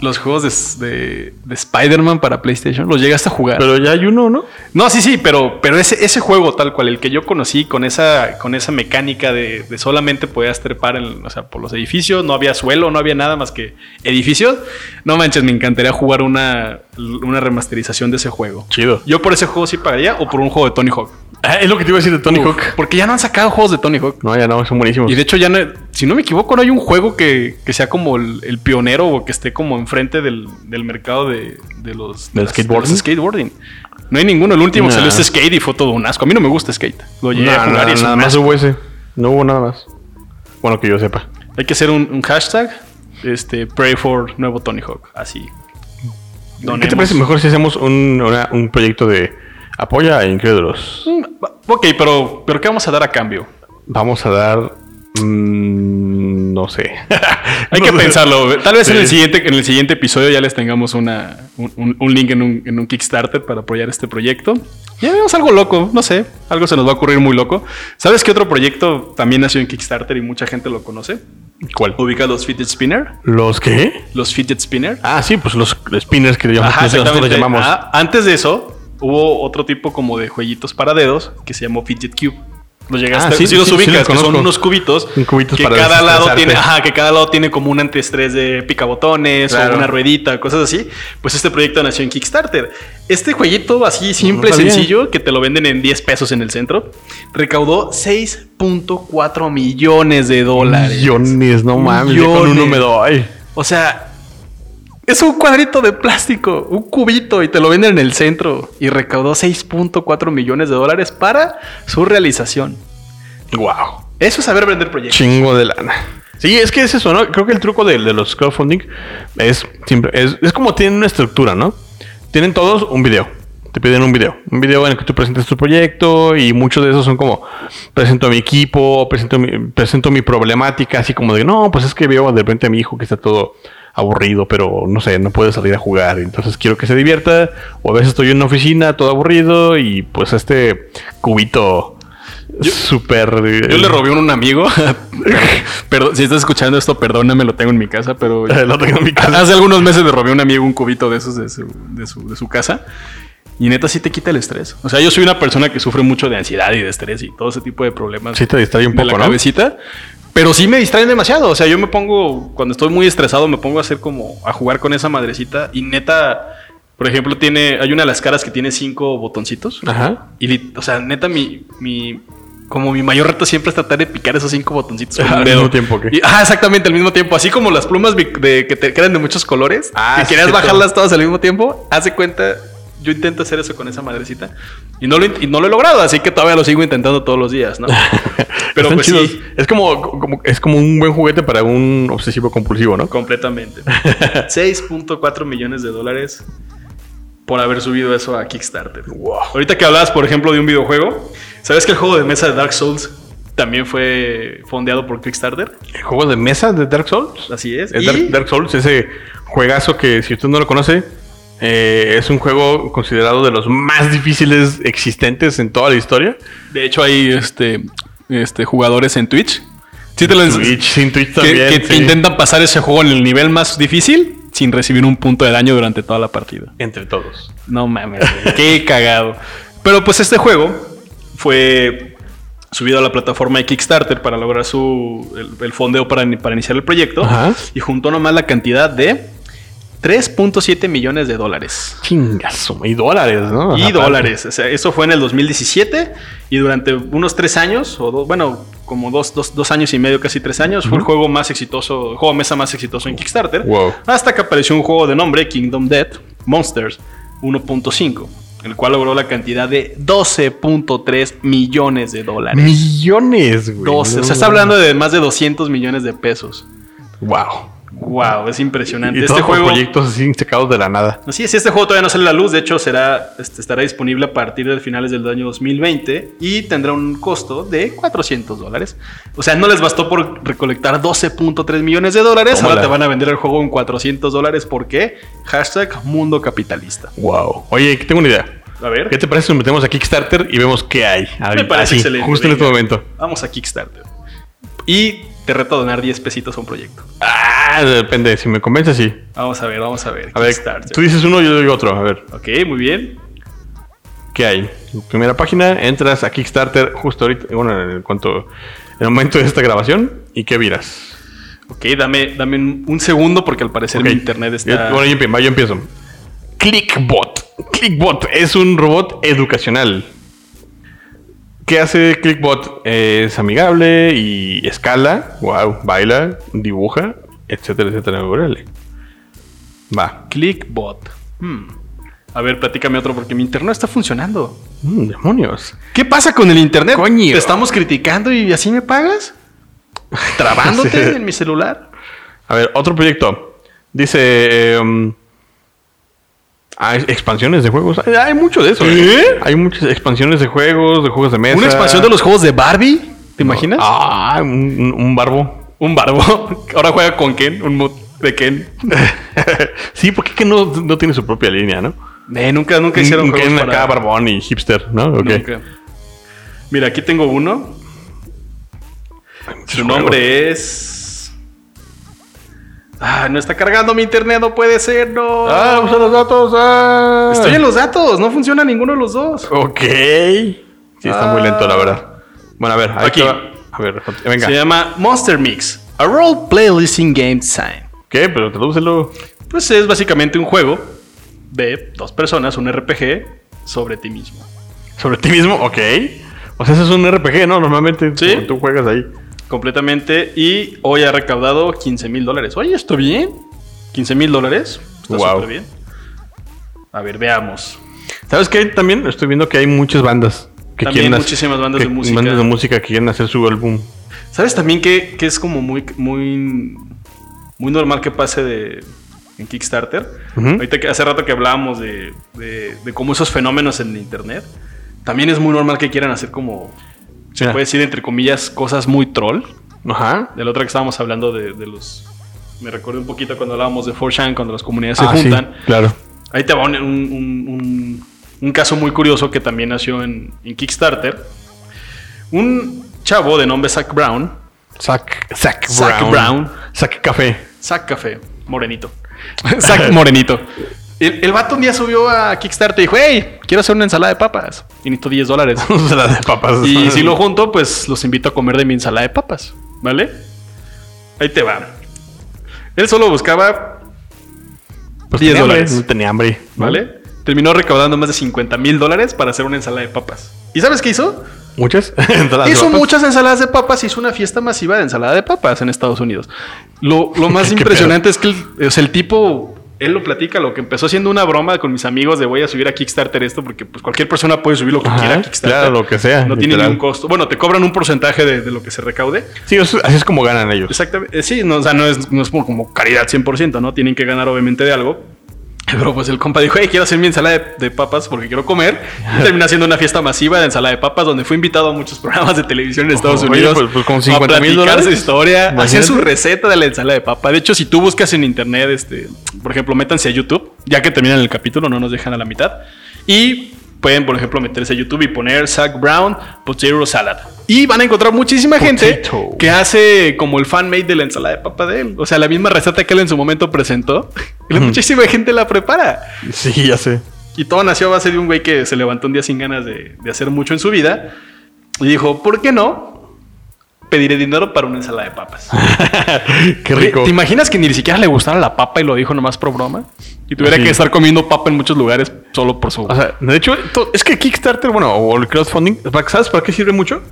[SPEAKER 1] los juegos de, s- de- de Spider-Man para PlayStation los llegaste a jugar.
[SPEAKER 2] Pero ya hay uno, ¿no?
[SPEAKER 1] no, sí, sí, pero, pero ese, ese juego tal cual, el que yo conocí con esa, con esa mecánica de, de solamente podías trepar en- o sea, por los edificios, no había suelo, no había nada más que edificios. No manches, me encantaría jugar una, una remasterización de ese juego.
[SPEAKER 2] Chido.
[SPEAKER 1] Yo por ese juego sí pagaría o por un juego de Tony Hawk.
[SPEAKER 2] Ah, es lo que te iba a decir de Tony
[SPEAKER 1] Uf,
[SPEAKER 2] Hawk.
[SPEAKER 1] Porque ya no han sacado juegos de Tony Hawk.
[SPEAKER 2] No, ya no, son buenísimos.
[SPEAKER 1] Y de hecho, ya no- si no me equivoco, no hay un juego que, que sea como el, el pionero o que esté como enfrente del, del mercado de, de los, de
[SPEAKER 2] ¿Del
[SPEAKER 1] las-
[SPEAKER 2] skateboarding?
[SPEAKER 1] de los skateboarding. No hay ninguno. El último que
[SPEAKER 2] Nah.
[SPEAKER 1] salió es skate y fue todo un asco. A mí no me gusta skate. Lo llegué a
[SPEAKER 2] No,
[SPEAKER 1] jugar
[SPEAKER 2] no,
[SPEAKER 1] y es
[SPEAKER 2] nada
[SPEAKER 1] un
[SPEAKER 2] más
[SPEAKER 1] asco.
[SPEAKER 2] hubo ese. No hubo nada más. Bueno, que yo sepa.
[SPEAKER 1] Hay que hacer un, un hashtag. Este, pray for nuevo Tony Hawk. Así.
[SPEAKER 2] ¿Qué
[SPEAKER 1] Donemos.
[SPEAKER 2] te parece mejor si hacemos un, una- un proyecto de apoya a incrédulos?
[SPEAKER 1] Mm, Ok, pero, pero ¿qué vamos a dar a cambio?
[SPEAKER 2] Vamos a dar. mm, no sé.
[SPEAKER 1] Hay que
[SPEAKER 2] No sé.
[SPEAKER 1] pensarlo. Tal vez en,
[SPEAKER 2] Sí.
[SPEAKER 1] el siguiente, en el siguiente episodio ya les tengamos una, un- un, un link en un, en un Kickstarter para apoyar este proyecto. Ya vemos algo loco, no sé. Algo se nos va a ocurrir muy loco. ¿Sabes qué otro proyecto también nació en Kickstarter y mucha gente lo conoce?
[SPEAKER 2] ¿Cuál?
[SPEAKER 1] Ubica los Fidget Spinner.
[SPEAKER 2] ¿Los qué?
[SPEAKER 1] Los Fidget Spinner.
[SPEAKER 2] Ah, sí, pues los spinners que llamamos-
[SPEAKER 1] Ajá,
[SPEAKER 2] nosotros los
[SPEAKER 1] exactamente.
[SPEAKER 2] llamamos.
[SPEAKER 1] Ah, antes de eso, hubo otro tipo como de jueguitos para dedos que se llamó Fidget Cube. Los llegaste,
[SPEAKER 2] Ah, sí,
[SPEAKER 1] sí los
[SPEAKER 2] sí, sí
[SPEAKER 1] ubicas,
[SPEAKER 2] los
[SPEAKER 1] que son
[SPEAKER 2] conozco.
[SPEAKER 1] unos cubitos,
[SPEAKER 2] Un cubitos
[SPEAKER 1] que
[SPEAKER 2] para
[SPEAKER 1] cada lado
[SPEAKER 2] desestresarte.
[SPEAKER 1] tiene, ajá, que cada lado tiene como un antiestrés de picabotones
[SPEAKER 2] Claro.
[SPEAKER 1] o una ruedita, cosas así. Pues este proyecto nació en Kickstarter. Este jueguito así simple,
[SPEAKER 2] No sabía.
[SPEAKER 1] sencillo, que te lo venden en 10 pesos en el centro, recaudó 6.4 millones de dólares.
[SPEAKER 2] Millones, no mames. yo Con uno
[SPEAKER 1] Millones.
[SPEAKER 2] me doy.
[SPEAKER 1] O sea, es un cuadrito de plástico, un cubito, y te lo venden en el centro. Y recaudó 6.4 millones de dólares para su realización.
[SPEAKER 2] Wow.
[SPEAKER 1] Eso es saber vender proyectos.
[SPEAKER 2] Chingo de lana. Sí, es que es eso, ¿no? Creo que el truco de, de los crowdfunding es simple. Es, es como tienen una estructura, ¿no? Tienen todos un video. Te piden un video. Un video en el que tú presentes tu proyecto y muchos de esos son como presento a mi equipo, presento mi, presento mi problemática, así como de no, pues es que veo de repente a mi hijo que está todo aburrido, pero no sé, no puede salir a jugar, entonces quiero que se divierta. O a veces estoy en una oficina todo aburrido y pues este cubito súper...
[SPEAKER 1] Yo le robé uno a un amigo. pero si estás escuchando esto, perdóname, lo tengo en mi casa, pero
[SPEAKER 2] Lo tengo en mi casa.
[SPEAKER 1] hace algunos meses le robé a un amigo un cubito de esos de su, de su, de su casa. Y neta sí te quita el estrés. O sea, yo soy una persona que sufre mucho de ansiedad y de estrés y todo ese tipo de problemas.
[SPEAKER 2] Sí te distrae un
[SPEAKER 1] de
[SPEAKER 2] poco,
[SPEAKER 1] la
[SPEAKER 2] ¿no?
[SPEAKER 1] cabecita. Pero sí me distraen demasiado. O sea, yo me pongo, cuando estoy muy estresado, me pongo a hacer como a jugar con esa madrecita. Y neta, por ejemplo, tiene, hay una de las caras que tiene cinco botoncitos.
[SPEAKER 2] Ajá.
[SPEAKER 1] Y, lit- o sea, neta, mi, mi, como mi mayor reto siempre es tratar de picar esos cinco botoncitos con
[SPEAKER 2] Al
[SPEAKER 1] un dedo.
[SPEAKER 2] mismo tiempo, ¿qué?
[SPEAKER 1] Y- ah, exactamente, al mismo tiempo. Así como las plumas bic- de- que te quedan de muchos colores.
[SPEAKER 2] Ah,
[SPEAKER 1] que querías
[SPEAKER 2] cierto.
[SPEAKER 1] bajarlas todas al mismo tiempo. Hace cuenta, yo intento hacer eso con esa madrecita. Y no lo, int- y no lo he logrado, así que todavía lo sigo intentando todos los días, ¿no? Pero
[SPEAKER 2] Están
[SPEAKER 1] pues
[SPEAKER 2] chidos.
[SPEAKER 1] sí,
[SPEAKER 2] Es como, como- es como un buen juguete para un obsesivo compulsivo, ¿no?
[SPEAKER 1] completamente. 6.4 millones de dólares por haber subido eso a Kickstarter.
[SPEAKER 2] Wow.
[SPEAKER 1] Ahorita que hablabas, por ejemplo, de un videojuego, ¿sabes que el juego de mesa de Dark Souls también fue fondeado por Kickstarter?
[SPEAKER 2] El juego de mesa de Dark Souls.
[SPEAKER 1] Así es.
[SPEAKER 2] Es
[SPEAKER 1] Y-
[SPEAKER 2] Dark, Dark Souls, ese juegazo que si usted no lo conoce, eh, es un juego considerado de los más difíciles existentes en toda la historia.
[SPEAKER 1] De hecho, hay este, este, jugadores en Twitch. Sí, te lo
[SPEAKER 2] Twitch, sin Twitch
[SPEAKER 1] que,
[SPEAKER 2] también.
[SPEAKER 1] que
[SPEAKER 2] sí.
[SPEAKER 1] intentan pasar ese juego en el nivel más difícil sin recibir un punto de daño durante toda la partida.
[SPEAKER 2] Entre todos.
[SPEAKER 1] No mames, güey, qué cagado. Pero pues este juego fue subido a la plataforma de Kickstarter para lograr su el, el fondeo para, ni- para iniciar el proyecto
[SPEAKER 2] Ajá.
[SPEAKER 1] y juntó nomás la cantidad de 3.7 millones de dólares.
[SPEAKER 2] Chingazo. Y dólares, ¿no?
[SPEAKER 1] Y
[SPEAKER 2] Aparte.
[SPEAKER 1] dólares. O sea, eso fue en el 2017 y durante unos tres años, o dos- bueno, como dos, dos- dos años y medio, casi tres años, fue el juego más exitoso, el juego mesa más exitoso en Kickstarter.
[SPEAKER 2] Wow.
[SPEAKER 1] Hasta que apareció un juego de nombre Kingdom Death Monsters 1.5, el cual logró la cantidad de 12.3 millones de dólares.
[SPEAKER 2] Millones, güey.
[SPEAKER 1] 12, o sea, está hablando de más de 200 millones de pesos.
[SPEAKER 2] Wow.
[SPEAKER 1] Wow, es impresionante.
[SPEAKER 2] Y
[SPEAKER 1] este
[SPEAKER 2] todos
[SPEAKER 1] juego.
[SPEAKER 2] juego... proyectos así sacados de la nada.
[SPEAKER 1] Así es, este juego todavía no sale a la luz, de hecho será, este, estará disponible a partir de finales del año 2020 y tendrá un costo de 400 dólares. O sea, no les bastó por recolectar 12.3 millones de dólares, ahora
[SPEAKER 2] Tómala.
[SPEAKER 1] te van a vender el juego en 400 dólares porque hashtag mundo capitalista.
[SPEAKER 2] Wow. Oye, que tengo una idea.
[SPEAKER 1] A ver,
[SPEAKER 2] ¿Qué te parece si nos metemos a Kickstarter y vemos qué hay?
[SPEAKER 1] me
[SPEAKER 2] Ahorita,
[SPEAKER 1] parece
[SPEAKER 2] así,
[SPEAKER 1] excelente.
[SPEAKER 2] Justo en este
[SPEAKER 1] venga.
[SPEAKER 2] momento.
[SPEAKER 1] Vamos a Kickstarter. Y te reto a donar 10 pesitos a un proyecto.
[SPEAKER 2] Ah, depende. Si me convence, sí.
[SPEAKER 1] Vamos a ver, vamos a ver.
[SPEAKER 2] A ver, tú dices uno, yo digo otro. A ver,
[SPEAKER 1] Ok, muy bien.
[SPEAKER 2] ¿qué hay? Primera página, entras a Kickstarter justo ahorita, bueno, en cuanto en el momento de esta grabación, ¿y qué miras?
[SPEAKER 1] Ok, dame, dame un, un segundo porque al parecer
[SPEAKER 2] Ok.
[SPEAKER 1] mi Este, internet está...
[SPEAKER 2] Yo- bueno, yo empiezo, yo empiezo. Clickbot. Clickbot es un robot educacional. ¿Qué hace Clickbot? Es amigable y escala, wow, baila, dibuja, etcétera, etcétera. Órale. Va.
[SPEAKER 1] Clickbot. Hmm. A ver, platícame otro porque mi internet está funcionando.
[SPEAKER 2] Mm, demonios.
[SPEAKER 1] ¿Qué pasa con el internet?
[SPEAKER 2] Coño.
[SPEAKER 1] ¿Te estamos criticando y así me pagas? ¿Trabándote
[SPEAKER 2] Sí.
[SPEAKER 1] en mi celular?
[SPEAKER 2] A ver, otro proyecto. Dice. eh, um, hay expansiones de juegos. Hay, hay mucho de eso.
[SPEAKER 1] ¿Eh?
[SPEAKER 2] eh. Hay muchas expansiones de juegos, de juegos de mesa.
[SPEAKER 1] ¿Una expansión de los juegos de Barbie? ¿Te imaginas?
[SPEAKER 2] Ah, un, un barbo.
[SPEAKER 1] Un barbo. Ahora juega con Ken, un mod de Ken.
[SPEAKER 2] sí, porque es que no, no tiene su propia línea, ¿no?
[SPEAKER 1] Eh, nunca, nunca
[SPEAKER 2] Que
[SPEAKER 1] hicieron
[SPEAKER 2] un
[SPEAKER 1] juegos
[SPEAKER 2] Ken
[SPEAKER 1] para-
[SPEAKER 2] acá barbón y hipster, ¿no? Ok.
[SPEAKER 1] Nunca. Mira, aquí tengo uno. Su
[SPEAKER 2] juegos.
[SPEAKER 1] nombre es... Ah, no está cargando mi internet, no puede ser, no.
[SPEAKER 2] Ah, usa los datos. Ah.
[SPEAKER 1] Estoy en los datos, no funciona ninguno de los dos.
[SPEAKER 2] Ok. Sí, está muy lento, la verdad. Bueno, a ver, ahí
[SPEAKER 1] Ah. Aquí.
[SPEAKER 2] te va. A ver, eh, venga.
[SPEAKER 1] Se llama Monster Mix, a role play listing game design.
[SPEAKER 2] ¿Qué? Pero tradúcelo.
[SPEAKER 1] Pues es básicamente un juego de dos personas, un RPG sobre ti mismo.
[SPEAKER 2] ¿Sobre ti mismo? Ok. O sea, eso es un RPG, ¿no? Normalmente
[SPEAKER 1] Sí.
[SPEAKER 2] tú- tú juegas ahí.
[SPEAKER 1] Completamente. Y hoy ha recaudado 15 mil dólares. Oye, ¿está bien? 15 mil dólares. Está
[SPEAKER 2] Wow.
[SPEAKER 1] súper bien. A ver, veamos.
[SPEAKER 2] ¿Sabes qué? También estoy viendo que hay muchas bandas. Que
[SPEAKER 1] También
[SPEAKER 2] quieren hacer-
[SPEAKER 1] muchísimas bandas
[SPEAKER 2] que-
[SPEAKER 1] de música.
[SPEAKER 2] Bandas de música que quieren hacer su álbum.
[SPEAKER 1] ¿Sabes también que, que es como muy, muy, muy normal que pase de, en Kickstarter?
[SPEAKER 2] Ujú.
[SPEAKER 1] Ahorita que hace rato que hablábamos de, de- de cómo esos fenómenos en Internet, también es muy normal que quieran hacer como, se
[SPEAKER 2] Mira.
[SPEAKER 1] puede decir entre comillas, cosas muy troll.
[SPEAKER 2] Ajá.
[SPEAKER 1] De la otra que estábamos hablando de, de los... Me recuerdo un poquito cuando hablábamos de 4chan, cuando las comunidades
[SPEAKER 2] Ah,
[SPEAKER 1] se
[SPEAKER 2] sí,
[SPEAKER 1] juntan.
[SPEAKER 2] claro.
[SPEAKER 1] Ahí te va un, un- un- un- un caso muy curioso que también nació en, en Kickstarter. Un chavo de nombre Zach Brown,
[SPEAKER 2] Zac, Zac Brown.
[SPEAKER 1] Zac Brown.
[SPEAKER 2] Zac Café.
[SPEAKER 1] Zac Café, morenito. Zac Morenito. El, el vato un día subió a Kickstarter y dijo, hey, quiero hacer una ensalada de papas. Y necesito 10 dólares.
[SPEAKER 2] Se la de papas.
[SPEAKER 1] y si lo junto, pues los invito a comer de mi ensalada de papas. ¿Vale? Ahí te va. Él solo buscaba, 10
[SPEAKER 2] Pues tenía hambre,
[SPEAKER 1] dólares.
[SPEAKER 2] No tenía hambre.
[SPEAKER 1] ¿vale? Terminó recaudando más de 50 mil dólares para hacer una ensalada de papas. ¿Y sabes qué hizo?
[SPEAKER 2] ¿Muchas? Entradas de
[SPEAKER 1] hizo
[SPEAKER 2] papas.
[SPEAKER 1] muchas ensaladas de papas, hizo una fiesta masiva de ensalada de papas en Estados Unidos. Lo, lo más
[SPEAKER 2] Qué
[SPEAKER 1] impresionante es que el, o sea, el tipo, él lo platica, lo que empezó siendo una broma con mis amigos de voy a subir a Kickstarter esto, porque pues cualquier persona puede subir lo que
[SPEAKER 2] Ajá,
[SPEAKER 1] quiera a Kickstarter.
[SPEAKER 2] claro, lo que sea,
[SPEAKER 1] No tiene
[SPEAKER 2] literal.
[SPEAKER 1] ningún costo. Bueno, te cobran un porcentaje de, de lo que se recaude.
[SPEAKER 2] Sí, eso- así es como ganan ellos.
[SPEAKER 1] Exactamente. Eh, Sí, no, o sea, no es, no es como, como caridad 100%, ¿no? Tienen que ganar obviamente de algo. Pero pues el compa dijo, hey, quiero hacer mi ensalada de, de papas porque quiero comer. Y termina haciendo una fiesta masiva de ensalada de papas donde fue invitado a muchos programas de televisión en Estados
[SPEAKER 2] Oye,
[SPEAKER 1] Unidos.
[SPEAKER 2] pues- pues con
[SPEAKER 1] a
[SPEAKER 2] 50 mil
[SPEAKER 1] platicar
[SPEAKER 2] dólares.
[SPEAKER 1] su historia,
[SPEAKER 2] Imagínate.
[SPEAKER 1] hacer su receta de la ensalada de papa. De hecho, si tú buscas en internet, este, por ejemplo, métanse a YouTube, ya que terminan el capítulo, no nos dejan a la mitad. Y pueden, por ejemplo, meterse a YouTube y poner Zach Brown Potato Salad. Y van a encontrar muchísima gente
[SPEAKER 2] Potato.
[SPEAKER 1] que hace como el fanmade de la ensalada de papa de él. O sea, la misma receta que él en su momento presentó. Y muchísima gente la prepara.
[SPEAKER 2] Sí, ya sé.
[SPEAKER 1] Y todo nació a base de un güey que se levantó un día sin ganas de, de hacer mucho en su vida y dijo, ¿por qué no? Pediré dinero para una ensalada de papas.
[SPEAKER 2] Ah, Qué rico.
[SPEAKER 1] ¿Te imaginas que ni siquiera le gustara la papa y lo dijo nomás por broma? Y tuviera
[SPEAKER 2] Sí.
[SPEAKER 1] que estar comiendo papa en muchos lugares solo por su...
[SPEAKER 2] O sea, de hecho, to- es que Kickstarter, bueno, o el crowdfunding, ¿para- ¿sabes para qué sirve mucho?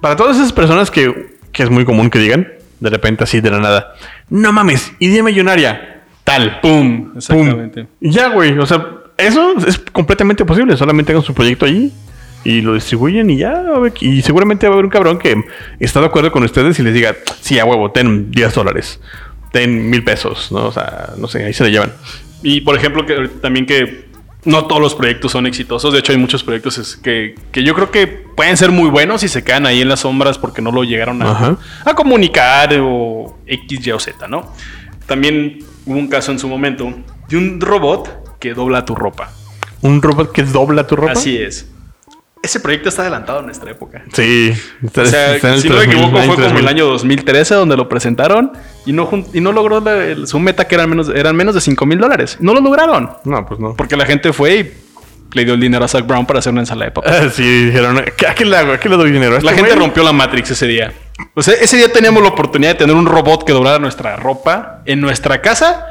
[SPEAKER 2] Para todas esas personas que, que es muy común que digan, de repente así de la nada, no mames, idea millonaria, tal, pum,
[SPEAKER 1] ¡Pum! Exactamente.
[SPEAKER 2] pum. Y ya, güey, o sea, eso es completamente posible, solamente hagan su proyecto ahí y lo distribuyen y ya, a ver, y seguramente va a haber un cabrón que está de acuerdo con ustedes y les diga, sí, a huevo, ten 10 dólares. ten mil pesos, ¿no? O sea, no sé, ahí se le llevan.
[SPEAKER 1] Y por ejemplo, que ahorita también que no todos los proyectos son exitosos. De hecho, hay muchos proyectos es- que, que yo creo que pueden ser muy buenos y se quedan ahí en las sombras porque no lo llegaron a,
[SPEAKER 2] Ajá.
[SPEAKER 1] a comunicar o X, Y o Z, ¿no? También hubo un caso en su momento de un robot que dobla tu ropa.
[SPEAKER 2] Un robot que dobla tu ropa.
[SPEAKER 1] Así es. Ese proyecto está adelantado a nuestra época.
[SPEAKER 2] Sí. Está,
[SPEAKER 1] O sea,
[SPEAKER 2] está en el
[SPEAKER 1] si no me
[SPEAKER 2] 3000,
[SPEAKER 1] equivoco, fue como
[SPEAKER 2] 3000.
[SPEAKER 1] el año 2013 donde lo presentaron y no, jun- y no logró la- el- su meta que eran menos, eran menos de 5 mil dólares. No lo lograron.
[SPEAKER 2] No, pues no.
[SPEAKER 1] Porque la gente fue y le dio el dinero a Zach Brown para hacer una ensalada de papas.
[SPEAKER 2] Ah, Sí, dijeron, ¿a qué le hago? ¿A qué le doy dinero? ¿A
[SPEAKER 1] La
[SPEAKER 2] este
[SPEAKER 1] gente
[SPEAKER 2] güey?
[SPEAKER 1] rompió la Matrix ese día. O sea, ese día teníamos la oportunidad de tener un robot que doblara nuestra ropa en nuestra casa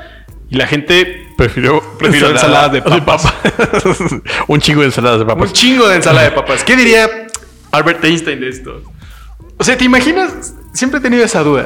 [SPEAKER 1] y la gente
[SPEAKER 2] Prefirió,
[SPEAKER 1] Prefirió ensaladas de papas.
[SPEAKER 2] papas. un chingo de ensaladas de papas.
[SPEAKER 1] un chingo de ensalada de papas. ¿Qué diría Albert Einstein de esto? O sea, ¿te imaginas? Siempre he tenido esa duda.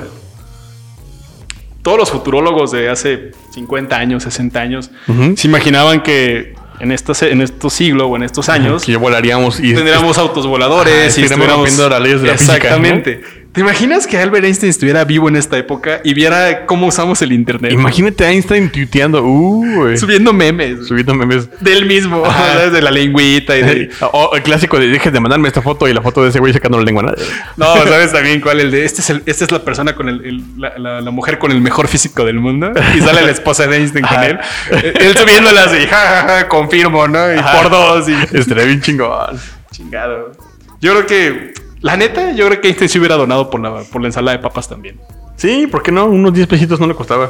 [SPEAKER 1] Todos los futurólogos de hace 50 años, 60 años,
[SPEAKER 2] Ujú.
[SPEAKER 1] se imaginaban que en, esta, se- en estos siglos o en estos años
[SPEAKER 2] Que volaríamos y
[SPEAKER 1] tendríamos autos voladores
[SPEAKER 2] Ajá,
[SPEAKER 1] y
[SPEAKER 2] estuviéramos
[SPEAKER 1] estuviéramos
[SPEAKER 2] rompiendo las leyes de la física,
[SPEAKER 1] Exactamente. ¿Te imaginas que Albert Einstein estuviera vivo en esta época y viera cómo usamos el internet?
[SPEAKER 2] Imagínate a Einstein tuiteando, uh, güey.
[SPEAKER 1] Subiendo memes
[SPEAKER 2] subiendo memes.
[SPEAKER 1] del mismo,
[SPEAKER 2] Ajá.
[SPEAKER 1] ¿sabes? de la lengüita y de...
[SPEAKER 2] O el clásico de dejes de mandarme esta foto y la foto de ese güey sacando la lengua. ¿no?
[SPEAKER 1] No, ¿sabes también cuál? El de este es el- esta es la persona con el, el- la, la- la mujer con el mejor físico del mundo. Y sale la esposa de Einstein con
[SPEAKER 2] Ajá.
[SPEAKER 1] él. Eh, Él subiéndola así, ja, ja, ja, confirmo, ¿no? Y
[SPEAKER 2] Ajá.
[SPEAKER 1] por dos y
[SPEAKER 2] Estaría bien chingón.
[SPEAKER 1] chingado. Yo creo que, la neta, yo creo que Einstein se hubiera donado por la, por la ensalada de papas también.
[SPEAKER 2] Sí, ¿por qué no? Unos 10 pesitos no le costaba.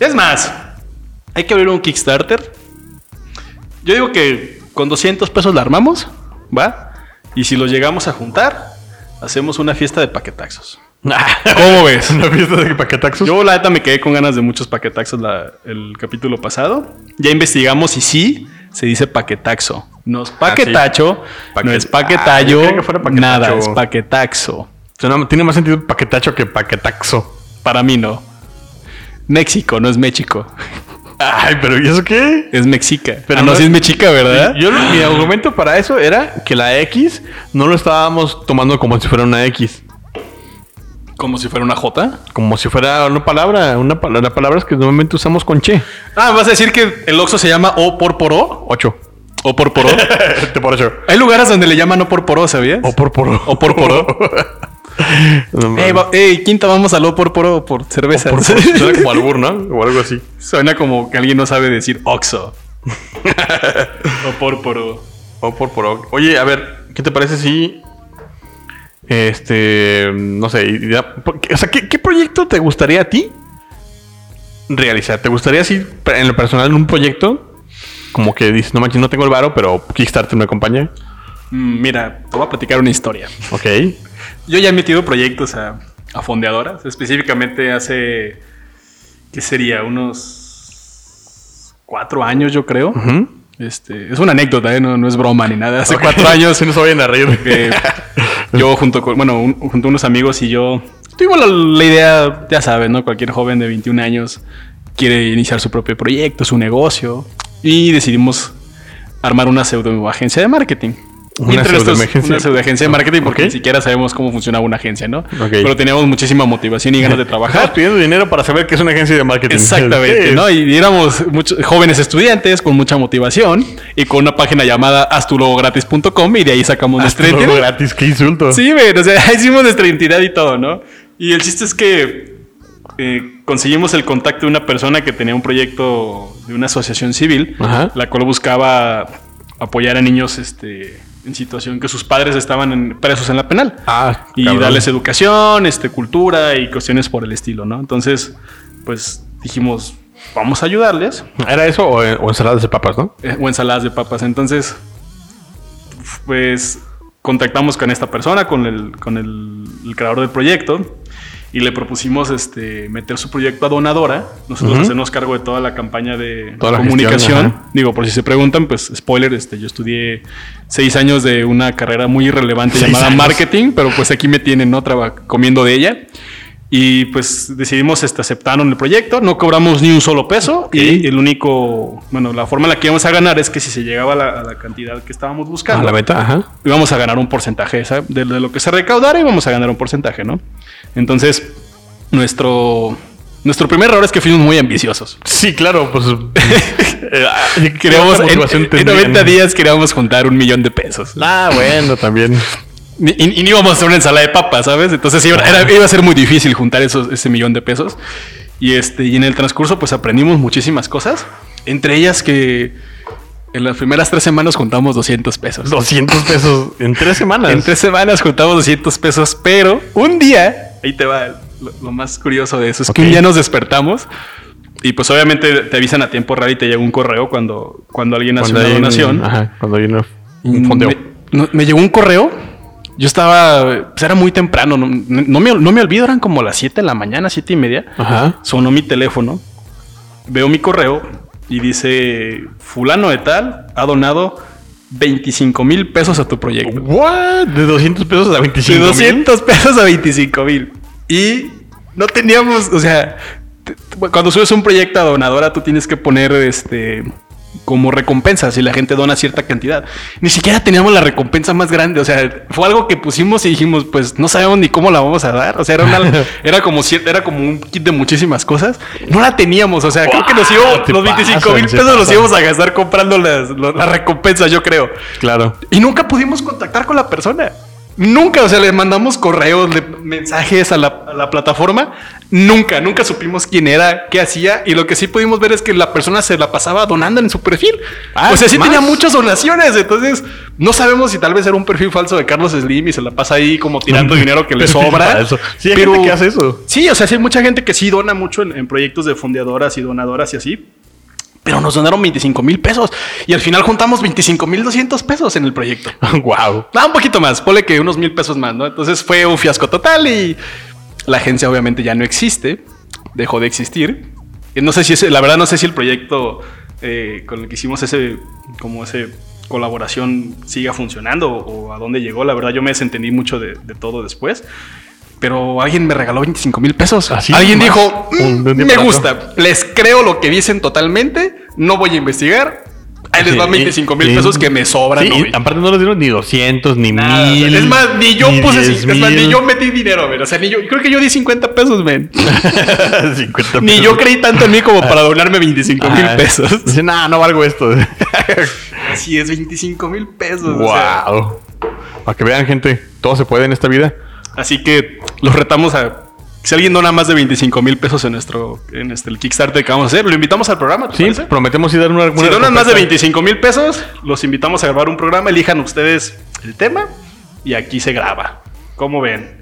[SPEAKER 1] Es más, hay que abrir un Kickstarter. Yo digo que con 200 pesos la armamos, ¿va? Y si los llegamos a juntar, hacemos una fiesta de paquetaxos.
[SPEAKER 2] ¿Cómo ves? Una fiesta de paquetaxos.
[SPEAKER 1] Yo la neta me quedé con ganas de muchos paquetaxos la- el capítulo pasado. Ya investigamos y sí, se dice paquetaxo. No es paquetacho,
[SPEAKER 2] Paque-
[SPEAKER 1] no es
[SPEAKER 2] Ah, yo
[SPEAKER 1] paquetayo,
[SPEAKER 2] creía que fuera paquetacho.
[SPEAKER 1] nada, es paquetaxo.
[SPEAKER 2] Suena- tiene más sentido paquetacho que paquetaxo.
[SPEAKER 1] Para mí no. México, no es México,
[SPEAKER 2] Ay, pero ¿y eso qué?
[SPEAKER 1] es Mexica. Pero
[SPEAKER 2] Pero
[SPEAKER 1] no,
[SPEAKER 2] no-
[SPEAKER 1] sí es Mexica, ¿verdad?
[SPEAKER 2] Yo, lo- mi argumento para eso era que la X no lo estábamos tomando como si fuera una X,
[SPEAKER 1] Como si fuera una J.
[SPEAKER 2] como si fuera una palabra, una pala- las palabras que normalmente usamos con che.
[SPEAKER 1] Ah, vas a decir que el Oxxo se llama O por por O.
[SPEAKER 2] 8.
[SPEAKER 1] O por por O.
[SPEAKER 2] Te por ocho.
[SPEAKER 1] Hay lugares donde le llaman O por por O, ¿sabías?
[SPEAKER 2] O por por
[SPEAKER 1] O por por O.
[SPEAKER 2] No,
[SPEAKER 1] Ey,
[SPEAKER 2] mames.
[SPEAKER 1] va- ey, quinta, vamos al O por por O por cerveza.
[SPEAKER 2] Por- por- Suena como albur, ¿no? O algo así.
[SPEAKER 1] Suena como que alguien no sabe decir Oxo. o pórporo.
[SPEAKER 2] O por por o. Oye, a ver, ¿qué te parece si. Este. No sé. idea- o sea, ¿qué, qué proyecto te gustaría a ti realizar? ¿Te gustaría así, pe- en lo personal, un proyecto? Como que dices, no manches, no tengo el varo, pero Kickstarter me acompaña.
[SPEAKER 1] Mm, Mira, te voy a platicar una historia.
[SPEAKER 2] Ok.
[SPEAKER 1] Yo ya he metido proyectos a, a fondeadoras, específicamente hace, ¿qué sería? Unos cuatro años, yo creo.
[SPEAKER 2] Ujú.
[SPEAKER 1] este, es una anécdota, ¿eh? no, no es broma ni nada. Hace
[SPEAKER 2] Ok.
[SPEAKER 1] cuatro años
[SPEAKER 2] no se vayan a reír.
[SPEAKER 1] que yo junto con, bueno, un- junto a unos amigos y yo tuvimos la, la idea, ya sabes, ¿no? Cualquier joven de 21 años quiere iniciar su propio proyecto, su negocio y decidimos armar una pseudo agencia de marketing. Y
[SPEAKER 2] Una
[SPEAKER 1] entre nosotros,
[SPEAKER 2] pseudoagencia.
[SPEAKER 1] una pseudoagencia de marketing porque
[SPEAKER 2] Ok.
[SPEAKER 1] ni siquiera sabemos cómo funcionaba una agencia, ¿no? Pero
[SPEAKER 2] Pero
[SPEAKER 1] teníamos muchísima motivación y ganas de trabajar.
[SPEAKER 2] Estás pidiendo dinero para saber que es una agencia de marketing.
[SPEAKER 1] Exactamente,
[SPEAKER 2] Sí.
[SPEAKER 1] ¿no? Y éramos muchos jóvenes estudiantes con mucha motivación y con una página llamada haztulogogratis.com y de ahí sacamos
[SPEAKER 2] Haz
[SPEAKER 1] nuestra
[SPEAKER 2] todo
[SPEAKER 1] identidad.
[SPEAKER 2] gratis, qué insulto.
[SPEAKER 1] Sí, güey, o sea, hicimos nuestra identidad y todo, ¿no? Y el chiste es que eh, conseguimos el contacto de una persona que tenía un proyecto de una asociación civil,
[SPEAKER 2] Ajá.
[SPEAKER 1] la cual buscaba apoyar a niños este, en situación que sus padres estaban en- presos en la penal
[SPEAKER 2] Ah,
[SPEAKER 1] y
[SPEAKER 2] cabrón.
[SPEAKER 1] darles educación, este, cultura y cuestiones por el estilo, ¿no? Entonces, pues dijimos, vamos a ayudarles.
[SPEAKER 2] ¿Era eso o, o ensaladas de papas, no?
[SPEAKER 1] eh, o ensaladas de papas. Entonces, pues contactamos con esta persona, con el, con el, el creador del proyecto, y le propusimos este, meter su proyecto a donadora. Nosotros
[SPEAKER 2] Ujú.
[SPEAKER 1] hacernos cargo de toda la campaña de
[SPEAKER 2] Toda la
[SPEAKER 1] comunicación.
[SPEAKER 2] gestión, ajá.
[SPEAKER 1] Digo, por si se preguntan, pues spoiler, este, yo estudié seis años de una carrera muy irrelevante
[SPEAKER 2] Seis
[SPEAKER 1] llamada
[SPEAKER 2] años.
[SPEAKER 1] marketing, pero pues aquí me tienen, ¿no? Traba- comiendo de ella. Y pues decidimos, este, aceptaron el proyecto, no cobramos ni un solo peso y el único, bueno, la forma en la que íbamos a ganar es que si se llegaba a la, a la cantidad que estábamos
[SPEAKER 2] A
[SPEAKER 1] buscando,
[SPEAKER 2] Ah, la meta, ajá.
[SPEAKER 1] íbamos a ganar un porcentaje esa- de, de lo que se recaudara íbamos a ganar un porcentaje, ¿no? Entonces, nuestro Nuestro primer error es que fuimos muy ambiciosos.
[SPEAKER 2] Sí, claro, pues. eh, ah,
[SPEAKER 1] Queríamos,
[SPEAKER 2] ¿Cuánta
[SPEAKER 1] en,
[SPEAKER 2] motivación
[SPEAKER 1] en
[SPEAKER 2] tendrían?
[SPEAKER 1] 90 días queríamos juntar un millón de pesos.
[SPEAKER 2] Ah, bueno, también.
[SPEAKER 1] Ni- Y, y ni íbamos a hacer una ensalada de papas, ¿sabes? Entonces iba, era- iba a ser muy difícil juntar esos, ese millón de pesos. Y, este, y en el transcurso, pues aprendimos muchísimas cosas. Entre ellas que en las primeras tres semanas juntamos 200 pesos.
[SPEAKER 2] 200 pesos en tres semanas.
[SPEAKER 1] En tres semanas juntamos 200 pesos, pero un día, ahí te va lo, lo más curioso de eso, es que
[SPEAKER 2] Ok.
[SPEAKER 1] un día nos despertamos y pues obviamente te avisan a tiempo real y te llega un correo cuando, cuando alguien hace
[SPEAKER 2] Cuando
[SPEAKER 1] una
[SPEAKER 2] hay un-
[SPEAKER 1] donación.
[SPEAKER 2] Ajá, cuando hay una-
[SPEAKER 1] Y
[SPEAKER 2] un fondeo.
[SPEAKER 1] Me, no- me llegó un correo. Yo estaba, pues era muy temprano, no, no me, no me olvido, eran como las 7 de la mañana, 7 y media.
[SPEAKER 2] Ajá.
[SPEAKER 1] Sonó mi teléfono, veo mi correo y dice, fulano de tal ha donado 25 mil pesos a tu proyecto.
[SPEAKER 2] ¿What? De 200 pesos a 25.
[SPEAKER 1] De
[SPEAKER 2] mil?
[SPEAKER 1] 200 pesos a 25 mil. Y no teníamos, o sea, te- te- cuando subes un proyecto a donadora, tú tienes que poner este como recompensa si la gente dona cierta cantidad. Ni siquiera teníamos la recompensa más grande. O sea, fue algo que pusimos y dijimos, pues no sabemos ni cómo la vamos a dar. O sea, era, una- era como cier- era como un kit de muchísimas cosas. No la teníamos. O sea, creo que nos íbamos,
[SPEAKER 2] Te
[SPEAKER 1] los 25 mil
[SPEAKER 2] pasan, se
[SPEAKER 1] pesos los
[SPEAKER 2] pasan.
[SPEAKER 1] íbamos a gastar comprando las, las las recompensas, yo creo.
[SPEAKER 2] Claro.
[SPEAKER 1] Y nunca pudimos contactar con la persona. Nunca, o sea, le mandamos correos, le- mensajes a la, a la plataforma. Nunca, nunca supimos quién era, qué hacía. Y lo que sí pudimos ver es que la persona se la pasaba donando en su perfil.
[SPEAKER 2] Ah,
[SPEAKER 1] o sea, sí
[SPEAKER 2] más.
[SPEAKER 1] tenía muchas donaciones. Entonces, no sabemos si tal vez era un perfil falso de Carlos Slim y se la pasa ahí como tirando dinero que le
[SPEAKER 2] Perfil
[SPEAKER 1] sobra.
[SPEAKER 2] falso. Sí, hay gente que hace eso.
[SPEAKER 1] Sí, o sea, sí hay mucha gente que sí dona mucho en, en proyectos de fondeadoras y donadoras y así. Pero nos donaron 25 mil pesos y al final juntamos 25 mil 200 pesos en el proyecto.
[SPEAKER 2] wow.
[SPEAKER 1] No, Ah, un poquito más, ponle que unos mil pesos más, ¿no? Entonces fue un fiasco total y la agencia obviamente ya no existe, dejó de existir. Y No sé si ese, la verdad no sé si el proyecto eh, con el que hicimos ese, como ese colaboración siga funcionando o, o a dónde llegó. La verdad yo me desentendí mucho de, de todo después. Pero alguien me regaló 25 mil pesos.
[SPEAKER 2] Así
[SPEAKER 1] alguien
[SPEAKER 2] nomás,
[SPEAKER 1] dijo, "Mm,
[SPEAKER 2] un- de un día
[SPEAKER 1] me
[SPEAKER 2] para otro".
[SPEAKER 1] gusta, les creo lo que dicen totalmente, no voy a investigar. Ahí les
[SPEAKER 2] Sí,
[SPEAKER 1] van 25 mil
[SPEAKER 2] y-
[SPEAKER 1] pesos que me sobran.
[SPEAKER 2] Sí,
[SPEAKER 1] ¿no?
[SPEAKER 2] y aparte no les dieron ni 200, ni
[SPEAKER 1] Nada, o sea,
[SPEAKER 2] 1000.
[SPEAKER 1] es más, ni yo puse.
[SPEAKER 2] diez
[SPEAKER 1] cin- Es más, ni
[SPEAKER 2] mil.
[SPEAKER 1] yo metí dinero, men. O sea, ni yo. Creo que yo di 50 pesos, men.
[SPEAKER 2] 50
[SPEAKER 1] Ni
[SPEAKER 2] pesos.
[SPEAKER 1] yo creí tanto en mí como
[SPEAKER 2] Ah.
[SPEAKER 1] para donarme 25 mil
[SPEAKER 2] Ajá.
[SPEAKER 1] pesos.
[SPEAKER 2] Dice, nah, no valgo esto.
[SPEAKER 1] Así es, 25 mil pesos. o sea.
[SPEAKER 2] wow. Para que vean, gente, todo se puede en esta vida.
[SPEAKER 1] Así que los retamos a. Si alguien dona más de 25 mil pesos en nuestro en este, el Kickstarter que vamos a hacer, lo invitamos al programa. ¿te
[SPEAKER 2] Sí,
[SPEAKER 1] parece?
[SPEAKER 2] prometemos ir a dar una.
[SPEAKER 1] Si
[SPEAKER 2] una
[SPEAKER 1] donan más de
[SPEAKER 2] recompensa.
[SPEAKER 1] 25 mil pesos, los invitamos a grabar un programa. Elijan ustedes el tema y aquí se graba. ¿Cómo ven?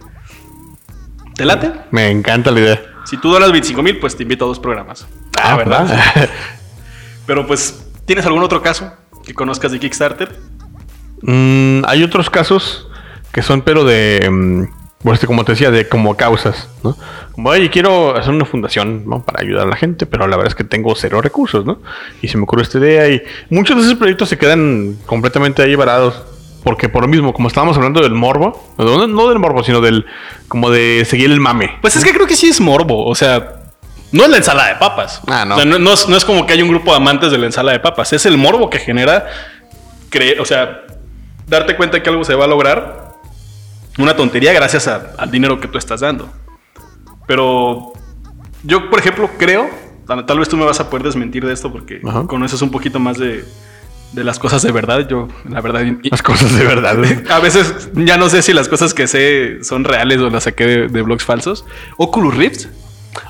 [SPEAKER 1] ¿Te late?
[SPEAKER 2] Me encanta la idea.
[SPEAKER 1] Si tú donas 25 mil, pues te invito a dos programas. Ah, ¿verdad? Pero pues, ¿tienes algún otro caso que conozcas de Kickstarter?
[SPEAKER 2] Mm, hay otros casos que son, pero de. mm, pues, este, como te decía, de como causas, ¿no? Como, oye, quiero hacer una fundación, ¿no? Para ayudar a la gente, pero la verdad es que tengo cero recursos, ¿no? Y se me ocurrió esta idea y muchos de esos proyectos se quedan completamente ahí varados. Porque por lo mismo, como estábamos hablando del morbo, no, no del morbo, sino del. como de seguir el mame.
[SPEAKER 1] Pues es que creo que sí es morbo, o sea, no es la ensalada de papas.
[SPEAKER 2] Ah, no.
[SPEAKER 1] O sea, no, no es, no es como que hay un grupo de amantes de la ensalada de papas, es el morbo que genera creer, o sea, darte cuenta que algo se va a lograr, una tontería gracias a- al dinero que tú estás dando. Pero yo, por ejemplo, creo, tal, tal vez tú me vas a poder desmentir de esto porque
[SPEAKER 2] Ajá.
[SPEAKER 1] conoces un poquito más de, de las cosas de verdad. Yo, la verdad,
[SPEAKER 2] Las cosas de verdad.
[SPEAKER 1] A veces ya no sé si las cosas que sé son reales o las saqué de, de blogs falsos. Oculus Rift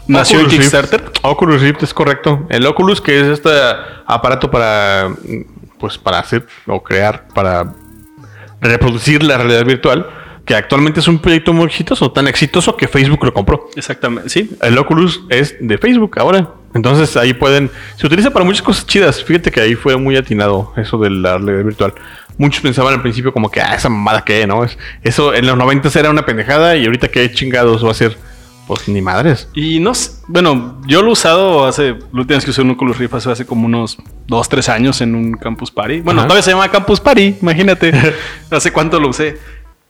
[SPEAKER 1] nació en
[SPEAKER 2] Oculus Rift.
[SPEAKER 1] Kickstarter.
[SPEAKER 2] Oculus Rift es correcto. El Oculus, que es este aparato para, mm, pues, para hacer o crear, para reproducir la realidad virtual, que actualmente es un proyecto muy exitoso, tan exitoso que Facebook lo compró.
[SPEAKER 1] Exactamente, sí.
[SPEAKER 2] El Oculus es de Facebook ahora. Entonces ahí pueden. Se utiliza para muchas cosas chidas. Fíjate que ahí fue muy atinado eso de la realidad virtual. Muchos pensaban al principio como que, ah, esa mamada que, ¿no? Es- Eso en los 90 era una pendejada y ahorita que chingados va a ser. Pues ni madres.
[SPEAKER 1] Y no sé, bueno, yo lo he usado hace, lo tienes que usar un Oculus Rift hace, hace como unos dos, tres años en un Campus Party. Bueno,
[SPEAKER 2] Ajá.
[SPEAKER 1] todavía se llama Campus Party, imagínate. hace cuánto lo usé.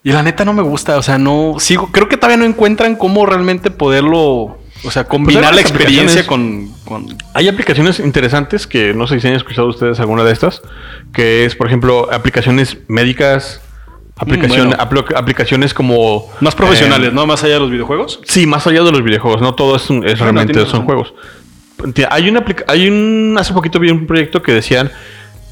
[SPEAKER 1] Y la neta no me gusta, o sea, no, sigo, creo que todavía no encuentran cómo realmente poderlo, o sea, combinar la
[SPEAKER 2] varias
[SPEAKER 1] experiencia con, con...
[SPEAKER 2] Hay aplicaciones interesantes que no sé si han escuchado ustedes alguna de estas, que es, por ejemplo, aplicaciones médicas, Aplicación,
[SPEAKER 1] Mm, Bueno.
[SPEAKER 2] aplo- aplicaciones como...
[SPEAKER 1] Más profesionales,
[SPEAKER 2] eh,
[SPEAKER 1] ¿no? Más allá de los videojuegos.
[SPEAKER 2] Sí, más allá de los videojuegos, no todo es, un- es
[SPEAKER 1] Bueno,
[SPEAKER 2] realmente
[SPEAKER 1] tienes
[SPEAKER 2] son
[SPEAKER 1] razón.
[SPEAKER 2] juegos. Ti- Hay un aplica- hay un hace poquito vi un proyecto que decían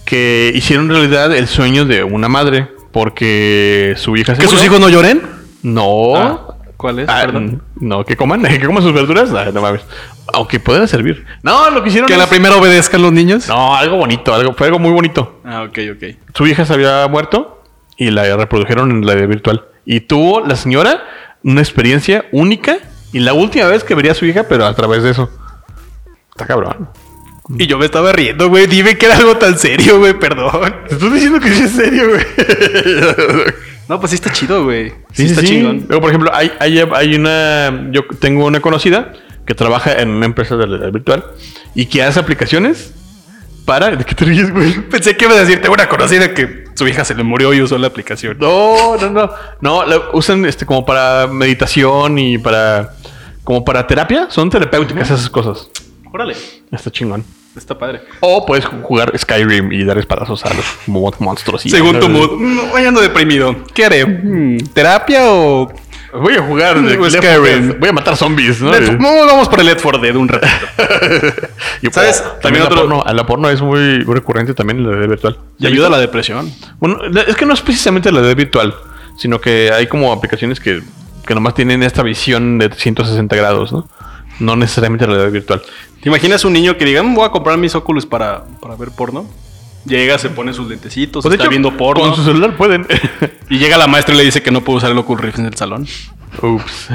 [SPEAKER 2] que hicieron realidad el sueño de una madre porque su hija se
[SPEAKER 1] ¿Que sus
[SPEAKER 2] murió.
[SPEAKER 1] hijos no lloren?
[SPEAKER 2] no
[SPEAKER 1] Ah, ¿Cuál es?
[SPEAKER 2] Ah,
[SPEAKER 1] Perdón.
[SPEAKER 2] no que coman que coman sus verduras Ah, no mames aunque pueden servir no lo que hicieron
[SPEAKER 1] ¿Que
[SPEAKER 2] es-
[SPEAKER 1] la primera obedezcan los niños?
[SPEAKER 2] no algo bonito algo fue algo muy bonito
[SPEAKER 1] Ah, ok, ok.
[SPEAKER 2] su hija se había muerto y la reprodujeron en la de virtual. Y tuvo la señora una experiencia única y la última vez que vería a su hija, pero a través de eso. Está cabrón.
[SPEAKER 1] Y yo me estaba riendo, güey. Dime que era algo tan serio, güey. Perdón.
[SPEAKER 2] Te estoy diciendo que sí es serio, güey.
[SPEAKER 1] No, pues sí está chido, güey. Sí, está chingón.
[SPEAKER 2] Luego, por ejemplo, hay, hay, hay una. Yo tengo una conocida que trabaja en una empresa de realidad virtual y que hace aplicaciones para. ¿De qué te ríes, güey?
[SPEAKER 1] Pensé que ibas a decirte una conocida que su hija se le murió y usó la aplicación.
[SPEAKER 2] No, no, no. No, la usan este como para meditación y para como para terapia, son terapéuticas esas cosas.
[SPEAKER 1] Órale,
[SPEAKER 2] Está chingón.
[SPEAKER 1] está padre.
[SPEAKER 2] O puedes ju- jugar Skyrim y dar espadazos a los mon- monstruos. y-
[SPEAKER 1] Según tu mood, mm, hoy ando deprimido. ¿Qué haré?
[SPEAKER 2] Hmm.
[SPEAKER 1] Mm, ¿Terapia o.?
[SPEAKER 2] Voy a jugar de-
[SPEAKER 1] Pues Skyrim.
[SPEAKER 2] Left 4 Dead. Voy a matar zombies, ¿no?
[SPEAKER 1] Left- No, vamos por el Left 4 Dead un ratito.
[SPEAKER 2] Y,
[SPEAKER 1] ¿Sabes?
[SPEAKER 2] oh,
[SPEAKER 1] También
[SPEAKER 2] también
[SPEAKER 1] otro-
[SPEAKER 2] la, porno, la porno es muy recurrente también en la red virtual.
[SPEAKER 1] Y ayuda a la depresión.
[SPEAKER 2] Bueno, la- es que no es precisamente la red virtual, sino que hay como aplicaciones que, que nomás tienen esta visión de 360 grados, ¿no? No necesariamente la red virtual.
[SPEAKER 1] ¿Te imaginas un niño que diga, "Mm, voy a comprar mis Oculus para, para ver porno? Llega, se pone sus lentecitos,
[SPEAKER 2] Pues, de
[SPEAKER 1] está
[SPEAKER 2] hecho,
[SPEAKER 1] viendo porno.
[SPEAKER 2] Con su celular pueden.
[SPEAKER 1] Y llega la maestra y le dice que no puede usar el Oculus Rift en el salón.
[SPEAKER 2] Ups.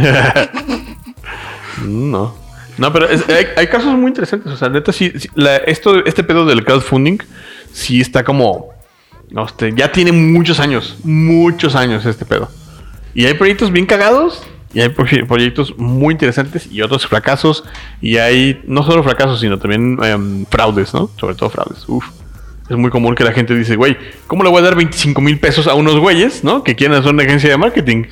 [SPEAKER 2] no. No, pero es- hay, hay casos muy interesantes. O sea, neta, sí, sí, la- esto, este pedo del crowdfunding sí está como. no, este, ya tiene muchos años. Muchos años este pedo. Y hay proyectos bien cagados. Y hay proye- proyectos muy interesantes y otros fracasos. Y hay no solo fracasos, sino también em, fraudes, ¿no? Sobre todo fraudes. Uf. Es muy común que la gente dice, güey, ¿cómo le voy a dar 25 mil pesos a unos güeyes, ¿no? Que quieren hacer una agencia de marketing.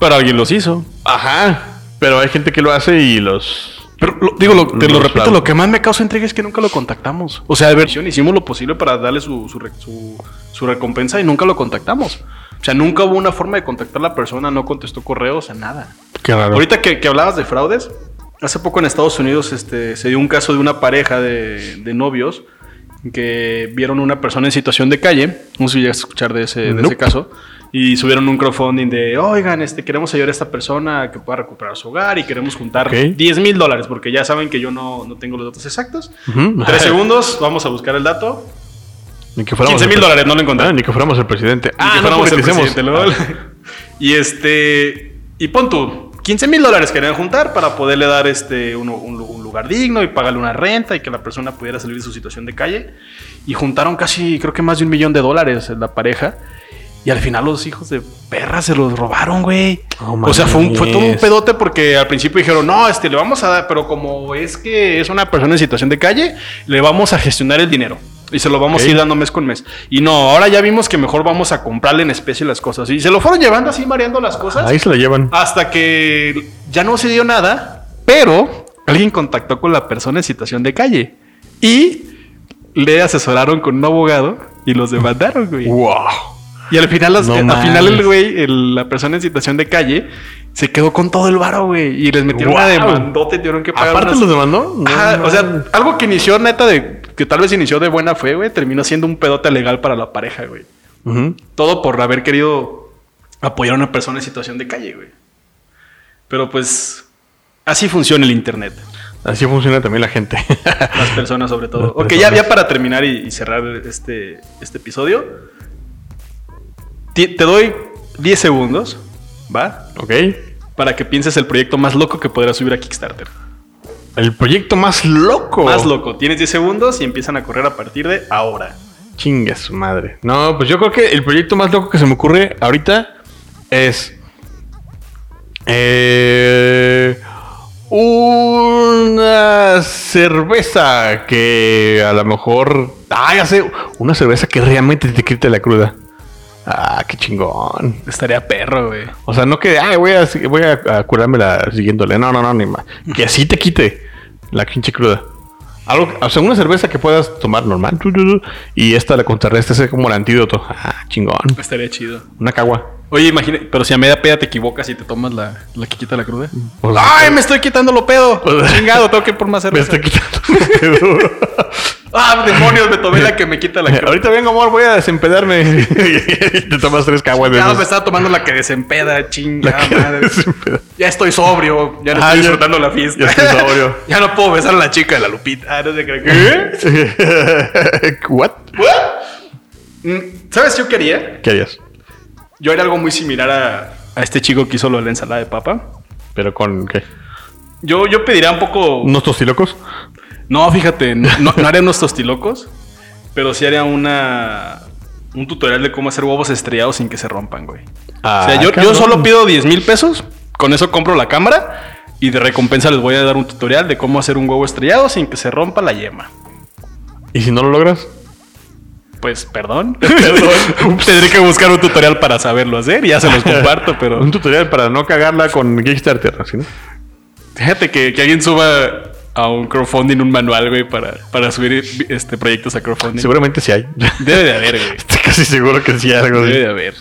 [SPEAKER 1] Pero alguien los hizo.
[SPEAKER 2] Ajá. Pero hay gente que lo hace y los.
[SPEAKER 1] Pero lo- digo, lo- te lo
[SPEAKER 2] Los
[SPEAKER 1] repito,
[SPEAKER 2] clavos.
[SPEAKER 1] lo que más me causa intriga es que nunca lo contactamos. O sea, de versión hicimos lo posible para darle su, su, re- su- su recompensa y nunca lo contactamos. O sea, nunca hubo una forma de contactar a la persona, no contestó correos, o sea, nada.
[SPEAKER 2] Qué raro.
[SPEAKER 1] Ahorita que, que hablabas de fraudes, hace poco en Estados Unidos este, se dio un caso de una pareja de, de novios que vieron una persona en situación de calle, no sé si llegas a escuchar de ese, de ese
[SPEAKER 2] Nope.
[SPEAKER 1] caso, y subieron un crowdfunding de, oigan, este, queremos ayudar a esta persona a que pueda recuperar su hogar y queremos juntar
[SPEAKER 2] Ok.
[SPEAKER 1] 10 mil dólares, porque ya saben que yo no, no tengo los datos exactos.
[SPEAKER 2] Ujú.
[SPEAKER 1] Tres segundos, vamos a buscar el dato.
[SPEAKER 2] Ni que
[SPEAKER 1] 15 mil
[SPEAKER 2] el pre-
[SPEAKER 1] dólares, no lo encontré.
[SPEAKER 2] Ah, ni que fuéramos el presidente.
[SPEAKER 1] Ah,
[SPEAKER 2] Ni
[SPEAKER 1] no
[SPEAKER 2] que fuéramos
[SPEAKER 1] el
[SPEAKER 2] politicemos.
[SPEAKER 1] presidente, lol. Y este. Y pon tú, 15 mil dólares querían juntar para poderle dar este un, un lu- un lugar digno y pagarle una renta y que la persona pudiera salir de su situación de calle. Y juntaron casi, creo que más de un millón de dólares la pareja. Y al final los hijos de perra se los robaron, güey.
[SPEAKER 2] No
[SPEAKER 1] o sea, fue, un-
[SPEAKER 2] mames.
[SPEAKER 1] fue todo un pedote porque al principio dijeron, no, este le vamos a dar, pero como es que es una persona en situación de calle, le vamos a gestionar el dinero. Y se lo vamos
[SPEAKER 2] Ok.
[SPEAKER 1] a ir dando mes con mes. Y no, ahora ya vimos que mejor vamos a comprarle en especie las cosas. Y se lo fueron llevando así, mareando las cosas.
[SPEAKER 2] Ahí se la llevan.
[SPEAKER 1] Hasta que ya no se dio nada, pero alguien contactó con la persona en situación de calle. Y le asesoraron con un abogado y los demandaron, güey.
[SPEAKER 2] Wow.
[SPEAKER 1] Y al final, las-
[SPEAKER 2] No
[SPEAKER 1] al final el
[SPEAKER 2] mames.
[SPEAKER 1] güey, el- la persona en situación de calle, se quedó con todo el varo, güey. Y les metieron una
[SPEAKER 2] Guau.
[SPEAKER 1] demandota y tuvieron que pagar.
[SPEAKER 2] Aparte
[SPEAKER 1] unas-
[SPEAKER 2] los demandó. No,
[SPEAKER 1] Ajá,
[SPEAKER 2] no.
[SPEAKER 1] O sea, algo que inició neta de que tal vez inició de buena fe, güey, terminó siendo un pedote legal para la pareja, güey.
[SPEAKER 2] Ujú.
[SPEAKER 1] Todo por haber querido apoyar a una persona en situación de calle, güey. Pero pues así funciona el internet.
[SPEAKER 2] Así funciona también la gente.
[SPEAKER 1] Las personas sobre todo.
[SPEAKER 2] Las
[SPEAKER 1] ok, ya,
[SPEAKER 2] personas.
[SPEAKER 1] ya para terminar y, y cerrar este, este episodio. Ti- Te doy 10 segundos, ¿va?
[SPEAKER 2] ok.
[SPEAKER 1] Para que pienses el proyecto más loco que podrás subir a Kickstarter.
[SPEAKER 2] El proyecto más loco.
[SPEAKER 1] Más loco. Tienes 10 segundos y empiezan a correr a partir de ahora.
[SPEAKER 2] Chinga su madre. No, pues yo creo que el proyecto más loco que se me ocurre ahorita es. eh, una cerveza que a lo mejor. Ah, ya sé. Una cerveza que realmente te quite la cruda. Ah, qué chingón.
[SPEAKER 1] Estaría perro, güey.
[SPEAKER 2] O sea, no que, ay, voy a, voy a, a curármela siguiéndole. No, no, no, ni más. Que así te quite la pinche cruda. Algo, o sea, una cerveza que puedas tomar normal. tu, tu, tu, Y esta la contrarrestas es como el antídoto. Ah, chingón.
[SPEAKER 1] Estaría chido.
[SPEAKER 2] Una cagua.
[SPEAKER 1] Oye, imagínate, pero si a media peda te equivocas y te tomas la, la que quita la cruda.
[SPEAKER 2] Pues,
[SPEAKER 1] ¡Ay, me estoy quitando lo pedo!
[SPEAKER 2] Pues-
[SPEAKER 1] Chingado, tengo que ir por más
[SPEAKER 2] Me
[SPEAKER 1] cerveza.
[SPEAKER 2] estoy quitando. este
[SPEAKER 1] ¡Ah, demonios! Me tomé la que me quita la cruda.
[SPEAKER 2] Ahorita vengo, amor, voy a desempedarme. Y Te tomas tres caguas de
[SPEAKER 1] Ya me
[SPEAKER 2] esas.
[SPEAKER 1] estaba tomando la que desempeda,
[SPEAKER 2] La
[SPEAKER 1] chingada
[SPEAKER 2] que
[SPEAKER 1] madre.
[SPEAKER 2] desempeda.
[SPEAKER 1] Ya estoy sobrio, ya no
[SPEAKER 2] Ah,
[SPEAKER 1] estoy
[SPEAKER 2] ya-
[SPEAKER 1] disfrutando la fiesta.
[SPEAKER 2] ya estoy sobrio. ¿Eh?
[SPEAKER 1] Ya no puedo besar a la chica de la Lupita. Ah, no sé qué.
[SPEAKER 2] ¿What?
[SPEAKER 1] Mm, ¿Sabes qué yo quería?
[SPEAKER 2] ¿Qué harías?
[SPEAKER 1] Yo era algo muy similar a, a este chico que hizo lo de la ensalada de papa.
[SPEAKER 2] ¿Pero con qué?
[SPEAKER 1] Yo, yo pediría un poco.
[SPEAKER 2] ¿Unos tostilocos?
[SPEAKER 1] No, fíjate, no, no- no haría unos tostilocos, pero sí haría una. Un tutorial de cómo hacer huevos estrellados sin que se rompan, güey.
[SPEAKER 2] Ah,
[SPEAKER 1] o sea, yo, yo
[SPEAKER 2] cabrón.
[SPEAKER 1] solo pido 10 mil pesos, con eso compro la cámara y de recompensa les voy a dar un tutorial de cómo hacer un huevo estrellado sin que se rompa la yema.
[SPEAKER 2] ¿Y si no lo logras?
[SPEAKER 1] Pues perdón. Tendré que buscar un tutorial para saberlo hacer y ya se los comparto, pero
[SPEAKER 2] Un tutorial para no cagarla con Kickstarter, ¿sí? no?
[SPEAKER 1] fíjate que, que alguien suba a un crowdfunding un manual, güey, para, para subir este proyectos a crowdfunding.
[SPEAKER 2] Seguramente sí hay.
[SPEAKER 1] Debe de haber, güey.
[SPEAKER 2] Estoy casi seguro que sí hay algo
[SPEAKER 1] Debe de
[SPEAKER 2] así.
[SPEAKER 1] haber.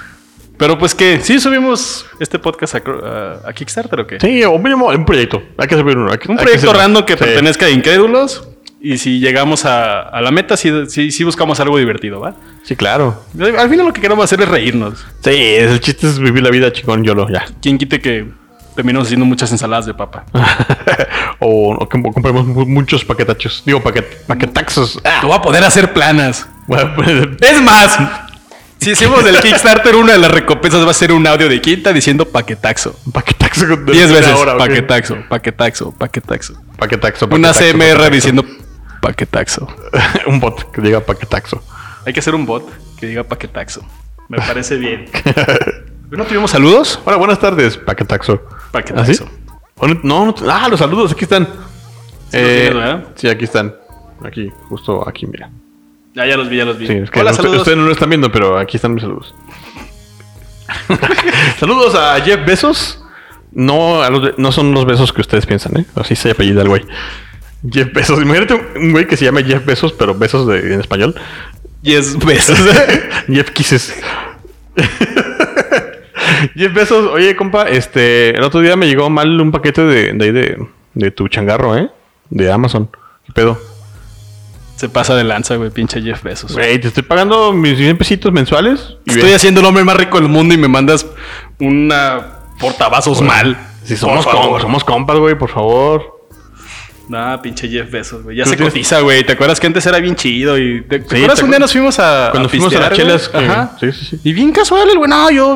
[SPEAKER 1] Pero pues que sí subimos este podcast a, cro- a- a Kickstarter o qué?
[SPEAKER 2] Sí, o mínimo un proyecto. Hay que subir uno. hay que-
[SPEAKER 1] Un
[SPEAKER 2] hay
[SPEAKER 1] proyecto
[SPEAKER 2] hacerlo.
[SPEAKER 1] random que
[SPEAKER 2] Sí.
[SPEAKER 1] pertenezca a Incrédulos. Y si llegamos a, a la meta, sí, sí, sí buscamos algo divertido, ¿va?
[SPEAKER 2] Sí, claro.
[SPEAKER 1] Al final lo que queremos hacer es reírnos.
[SPEAKER 2] Sí, el chiste es vivir la vida chingón, YOLO, ya.
[SPEAKER 1] Quien quite que terminamos haciendo muchas ensaladas de papa.
[SPEAKER 2] o, o que compremos mu- muchos paquetachos. Digo, paquet, paquetaxos. Ah,
[SPEAKER 1] Te voy a poder hacer planas.
[SPEAKER 2] bueno, pues,
[SPEAKER 1] Es más, si hicimos del Kickstarter, una de las recompensas va a ser un audio de quinta diciendo paquetaxo.
[SPEAKER 2] paquetaxo. con- de
[SPEAKER 1] Diez
[SPEAKER 2] una
[SPEAKER 1] veces.
[SPEAKER 2] hora, ok.
[SPEAKER 1] paquetaxo, paquetaxo, paquetaxo.
[SPEAKER 2] Paquetaxo.
[SPEAKER 1] Una
[SPEAKER 2] paquetaxo,
[SPEAKER 1] CMR
[SPEAKER 2] paquetaxo.
[SPEAKER 1] diciendo paquetaxo.
[SPEAKER 2] un bot que diga paquetaxo.
[SPEAKER 1] Hay que hacer un bot que diga paquetaxo. Me parece bien. ¿No tuvimos saludos?
[SPEAKER 2] Hola, buenas tardes, paquetaxo.
[SPEAKER 1] Paquetaxo.
[SPEAKER 2] ¿Ah, sí? ¿O no- no, no te- ah, los saludos, aquí están. Eh,
[SPEAKER 1] Sí, los tienes, ¿verdad?
[SPEAKER 2] sí, aquí están. Aquí, justo aquí, mira.
[SPEAKER 1] Ya, ya los vi, ya los vi.
[SPEAKER 2] Sí, es que
[SPEAKER 1] Hola,
[SPEAKER 2] usted-
[SPEAKER 1] saludos.
[SPEAKER 2] ustedes no lo están viendo, pero aquí están mis saludos. saludos a Jeff Bezos. No, a los de- no son los besos que ustedes piensan, ¿eh? Así se apellida el güey. Jeff Bezos. Imagínate un- un güey que se llama Jeff Bezos, pero besos de- en español.
[SPEAKER 1] Y es besos.
[SPEAKER 2] Jeff Kisses. Jeff Bezos, oye, compa, este, el otro día me llegó mal un paquete de, de ahí de, de tu changarro, ¿eh? De Amazon. ¿Qué pedo?
[SPEAKER 1] Se pasa de lanza, güey, pinche Jeff Besos.
[SPEAKER 2] Güey, te estoy pagando mis 100 pesitos mensuales. y
[SPEAKER 1] Estoy
[SPEAKER 2] ve-
[SPEAKER 1] haciendo el hombre más rico del mundo y me mandas una portavasos mal.
[SPEAKER 2] Si somos,
[SPEAKER 1] Por favor.
[SPEAKER 2] compas, somos compas, güey, por favor.
[SPEAKER 1] No, pinche Jeff Bezos, güey. Ya
[SPEAKER 2] Tú
[SPEAKER 1] se
[SPEAKER 2] tienes-
[SPEAKER 1] cotiza, güey. ¿Te acuerdas que antes era bien chido? Y te, ¿te
[SPEAKER 2] Sí,
[SPEAKER 1] acuerdas
[SPEAKER 2] te
[SPEAKER 1] un día
[SPEAKER 2] acuer-
[SPEAKER 1] nos fuimos a.
[SPEAKER 2] Cuando fuimos a las
[SPEAKER 1] pistear, güey?
[SPEAKER 2] chelas, que-
[SPEAKER 1] Ajá.
[SPEAKER 2] sí, sí, sí.
[SPEAKER 1] Y bien casual, el güey. No, yo.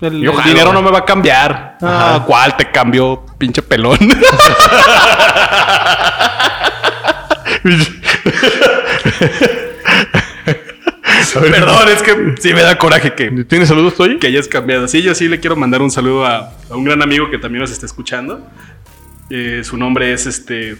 [SPEAKER 1] El,
[SPEAKER 2] Yo
[SPEAKER 1] el
[SPEAKER 2] jalo,
[SPEAKER 1] dinero no
[SPEAKER 2] güey.
[SPEAKER 1] me va a cambiar. Ah,
[SPEAKER 2] Ajá.
[SPEAKER 1] ¿cuál te cambió, pinche pelón?
[SPEAKER 2] A ver,
[SPEAKER 1] Perdón, es que sí me da coraje que
[SPEAKER 2] ¿Tienes saludos, Toy?
[SPEAKER 1] que hayas cambiado. Sí, yo sí le quiero mandar un saludo a, a un gran amigo que también nos está escuchando. Eh, su nombre es este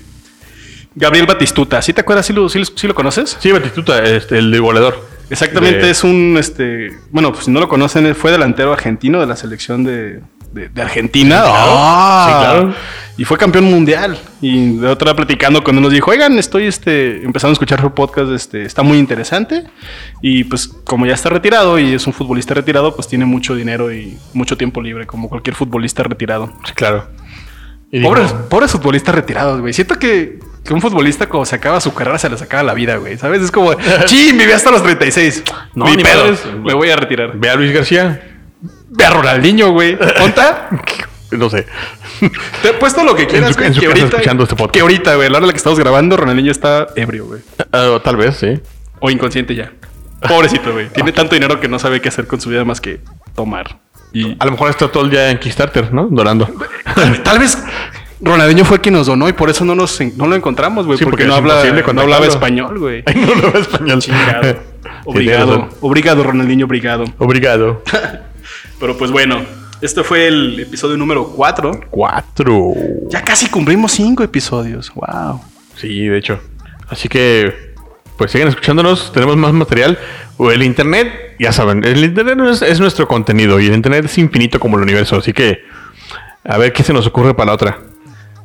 [SPEAKER 1] Gabriel Batistuta. ¿Sí te acuerdas? ¿Sí lo, sí lo- sí lo conoces?
[SPEAKER 2] Sí, Batistuta, este, el de goleador.
[SPEAKER 1] Exactamente,
[SPEAKER 2] De-
[SPEAKER 1] es un este. Bueno, pues si no lo conocen, él fue delantero argentino de la selección de, de- de Argentina.
[SPEAKER 2] claro.
[SPEAKER 1] ¡Ah!
[SPEAKER 2] Sí, claro.
[SPEAKER 1] Y fue campeón mundial. Y de otra platicando cuando nos dijo, oigan, estoy este, empezando a escuchar su podcast, este, está muy interesante. Y pues como ya está retirado y es un futbolista retirado, pues tiene mucho dinero y mucho tiempo libre, como cualquier futbolista retirado.
[SPEAKER 2] Sí, claro. Y
[SPEAKER 1] Pobres,
[SPEAKER 2] dijo,
[SPEAKER 1] pobres futbolistas retirados, güey. Siento que, que un futbolista cuando se acaba su carrera se le acaba la vida, güey. ¿Sabes? Es como, sí, viví hasta los 36.
[SPEAKER 2] No,
[SPEAKER 1] Ni
[SPEAKER 2] ni
[SPEAKER 1] pedo.
[SPEAKER 2] madres.
[SPEAKER 1] Me voy a retirar.
[SPEAKER 2] Ve a Luis García.
[SPEAKER 1] Ve a Ronaldinho, güey. ¿Conta?
[SPEAKER 2] No sé.
[SPEAKER 1] Te he puesto lo que quieras,
[SPEAKER 2] su-
[SPEAKER 1] güey.
[SPEAKER 2] en su
[SPEAKER 1] Que
[SPEAKER 2] casa
[SPEAKER 1] ahorita,
[SPEAKER 2] escuchando este podcast.
[SPEAKER 1] que ahorita, güey, a la hora en la que estamos grabando, Ronaldinho está ebrio, güey.
[SPEAKER 2] Ah, tal vez, sí.
[SPEAKER 1] O inconsciente ya. Pobrecito, güey. Tiene tanto dinero que no sabe qué hacer con su vida más que tomar. Y
[SPEAKER 2] A lo mejor está todo el día en Kickstarter, ¿no? Dorando.
[SPEAKER 1] tal, tal vez Ronaldinho fue quien nos donó y por eso no, nos, en- no lo encontramos, güey.
[SPEAKER 2] Sí,
[SPEAKER 1] porque,
[SPEAKER 2] porque
[SPEAKER 1] no,
[SPEAKER 2] es
[SPEAKER 1] habla,
[SPEAKER 2] imposible
[SPEAKER 1] no hablaba
[SPEAKER 2] contactarlo.
[SPEAKER 1] español, güey.
[SPEAKER 2] Ay, no lo veo español.
[SPEAKER 1] Chingado.
[SPEAKER 2] Sí,
[SPEAKER 1] Obrigado.
[SPEAKER 2] tienes razón.
[SPEAKER 1] Obrigado, Ronaldinho, obrigado.
[SPEAKER 2] Obrigado.
[SPEAKER 1] Pero pues bueno, este fue el episodio número 4.
[SPEAKER 2] Cuatro.
[SPEAKER 1] Ya casi cumplimos 5 episodios. Wow.
[SPEAKER 2] Sí, de hecho. Así que, pues sigan escuchándonos, tenemos más material. O el Internet, ya saben, el Internet no es, es nuestro contenido y el Internet es infinito como el universo. Así que, a ver qué se nos ocurre para la otra.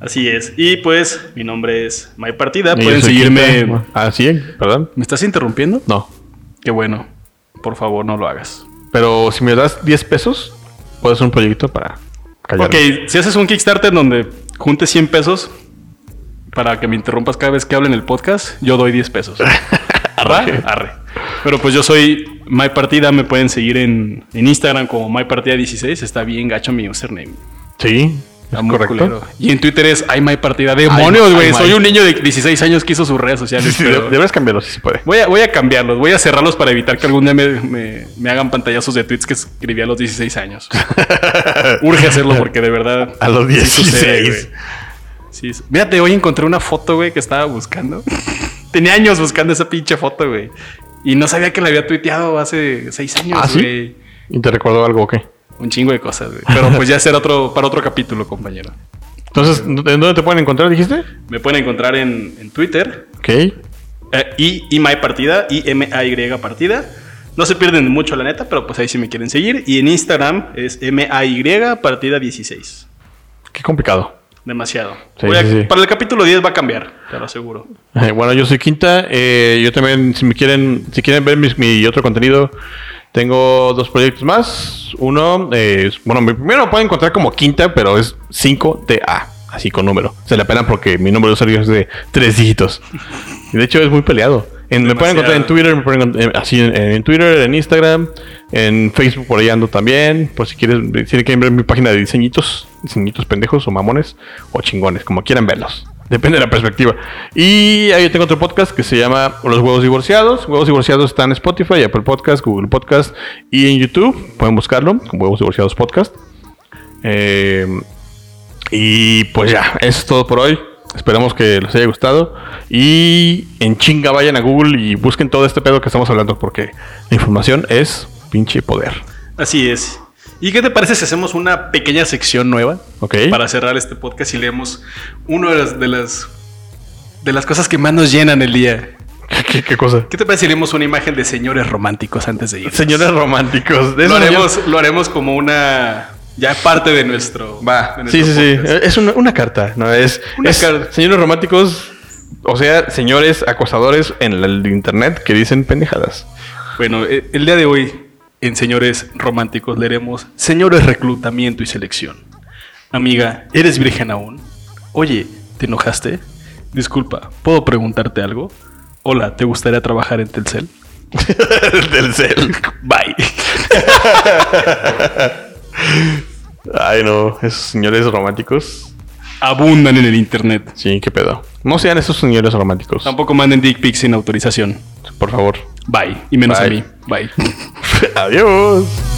[SPEAKER 1] Así es. Y pues, mi nombre es My Partida.
[SPEAKER 2] Y yo
[SPEAKER 1] Pueden
[SPEAKER 2] soy
[SPEAKER 1] seguirme.
[SPEAKER 2] Quinta. Ah, sí, perdón.
[SPEAKER 1] ¿Me estás interrumpiendo?
[SPEAKER 2] No.
[SPEAKER 1] Qué bueno. Por favor, no lo hagas.
[SPEAKER 2] Pero si me das 10 pesos, puedes hacer un proyecto para callar.
[SPEAKER 1] Ok, si haces un Kickstarter donde juntes 100 pesos para que me interrumpas cada vez que hable en el podcast, yo doy 10 pesos. ¿Va?
[SPEAKER 2] Arre.
[SPEAKER 1] Arre. Pero pues yo soy My Partida. Me pueden seguir en, en Instagram como My Partida16. Está bien gacho mi username.
[SPEAKER 2] Sí, es
[SPEAKER 1] Está muy
[SPEAKER 2] correcto.
[SPEAKER 1] culero. Y en Twitter es Ay My Partida. Demonios, güey.
[SPEAKER 2] ay,
[SPEAKER 1] Soy
[SPEAKER 2] my.
[SPEAKER 1] un niño de 16 años que hizo sus redes
[SPEAKER 2] Sí,
[SPEAKER 1] sociales.
[SPEAKER 2] sí,
[SPEAKER 1] pero-
[SPEAKER 2] de- Deberías cambiarlo si se puede.
[SPEAKER 1] Voy a, voy a cambiarlos, voy a cerrarlos para evitar que algún día me, me- me hagan pantallazos de tweets que escribí a los 16 años. Urge hacerlo porque de verdad.
[SPEAKER 2] A los
[SPEAKER 1] sí sucede,
[SPEAKER 2] 16.
[SPEAKER 1] güey. Sí, sí. Mírate, hoy encontré una foto, güey, que estaba buscando. Tenía años buscando esa pinche foto, güey. Y no sabía que la había tuiteado hace 6 años,
[SPEAKER 2] ¿Ah, sí?
[SPEAKER 1] güey.
[SPEAKER 2] ¿Y te recordó algo o qué?
[SPEAKER 1] Un chingo de cosas, güey. Pero pues ya será otro, para otro capítulo, compañero.
[SPEAKER 2] Entonces, ¿en dónde te pueden encontrar, dijiste?
[SPEAKER 1] Me pueden encontrar en, en Twitter,
[SPEAKER 2] Ok.
[SPEAKER 1] Eh, y, y My Partida, y M-A-Y Partida. No se pierden mucho, la neta, pero pues ahí sí me quieren seguir. Y en Instagram es M-A-Y Partida 16.
[SPEAKER 2] Qué complicado.
[SPEAKER 1] Demasiado.
[SPEAKER 2] Sí,
[SPEAKER 1] Voy a-
[SPEAKER 2] sí, sí.
[SPEAKER 1] Para el capítulo 10 va a cambiar, te lo aseguro.
[SPEAKER 2] Eh, bueno, yo soy Quinta. eh, yo también, si me quieren, si quieren ver mis- mi otro contenido, tengo dos proyectos más. Uno, eh, es- bueno, mi primero lo pueden encontrar como Quinta, pero es 5TA, así con número. Se la pena porque mi número de usuario es de tres dígitos. Y De hecho, es muy peleado. En- me pueden
[SPEAKER 1] Demasiado.
[SPEAKER 2] encontrar en Twitter, me pueden encont- eh, así en, en Twitter, en Instagram, en Facebook por ahí ando también. Por si quieren, si quieren ver mi página de diseñitos, diseñitos pendejos o mamones o chingones, como quieran verlos. Depende de la perspectiva. Y ahí yo tengo otro podcast que se llama Los Huevos Divorciados. Huevos Divorciados está en Spotify, Apple Podcast, Google Podcast y en YouTube. Pueden buscarlo con Huevos Divorciados Podcast. Eh, y pues ya, eso es todo por hoy. Esperamos que les haya gustado. Y en chinga vayan a Google y busquen todo este pedo que estamos hablando porque la información es pinche poder.
[SPEAKER 1] Así es. ¿Y qué te parece si hacemos una pequeña sección nueva
[SPEAKER 2] ¿Ok?
[SPEAKER 1] para cerrar este podcast y leemos una de las, de las, de las cosas que más nos llenan el día?
[SPEAKER 2] ¿Qué, qué cosa?
[SPEAKER 1] ¿Qué te parece si leemos una imagen de señores románticos antes de ir?
[SPEAKER 2] Señores románticos. de
[SPEAKER 1] Lo
[SPEAKER 2] esos
[SPEAKER 1] haremos, lo haremos como una. Ya parte de nuestro.
[SPEAKER 2] Va,
[SPEAKER 1] de
[SPEAKER 2] sí,
[SPEAKER 1] nuestro
[SPEAKER 2] sí, sí.
[SPEAKER 1] podcast.
[SPEAKER 2] Es una, una carta, ¿no? Es,
[SPEAKER 1] Una
[SPEAKER 2] es
[SPEAKER 1] carta.
[SPEAKER 2] señores románticos, o sea, señores acosadores en la- el internet que dicen pendejadas.
[SPEAKER 1] Bueno, eh, el día de hoy, en Señores Románticos, leeremos Señores Reclutamiento y Selección. Amiga, ¿eres virgen aún? Oye, ¿te enojaste? Disculpa, ¿puedo preguntarte algo? Hola, ¿te gustaría trabajar en Telcel?
[SPEAKER 2] Del cel.
[SPEAKER 1] Bye.
[SPEAKER 2] Ay, no. Esos señores románticos.
[SPEAKER 1] Abundan en el internet.
[SPEAKER 2] Sí, qué pedo. No sean esos señores románticos.
[SPEAKER 1] Tampoco manden dick pics sin autorización.
[SPEAKER 2] Por favor.
[SPEAKER 1] Bye. Y menos a
[SPEAKER 2] Bye.
[SPEAKER 1] mí. Bye.
[SPEAKER 2] Adiós.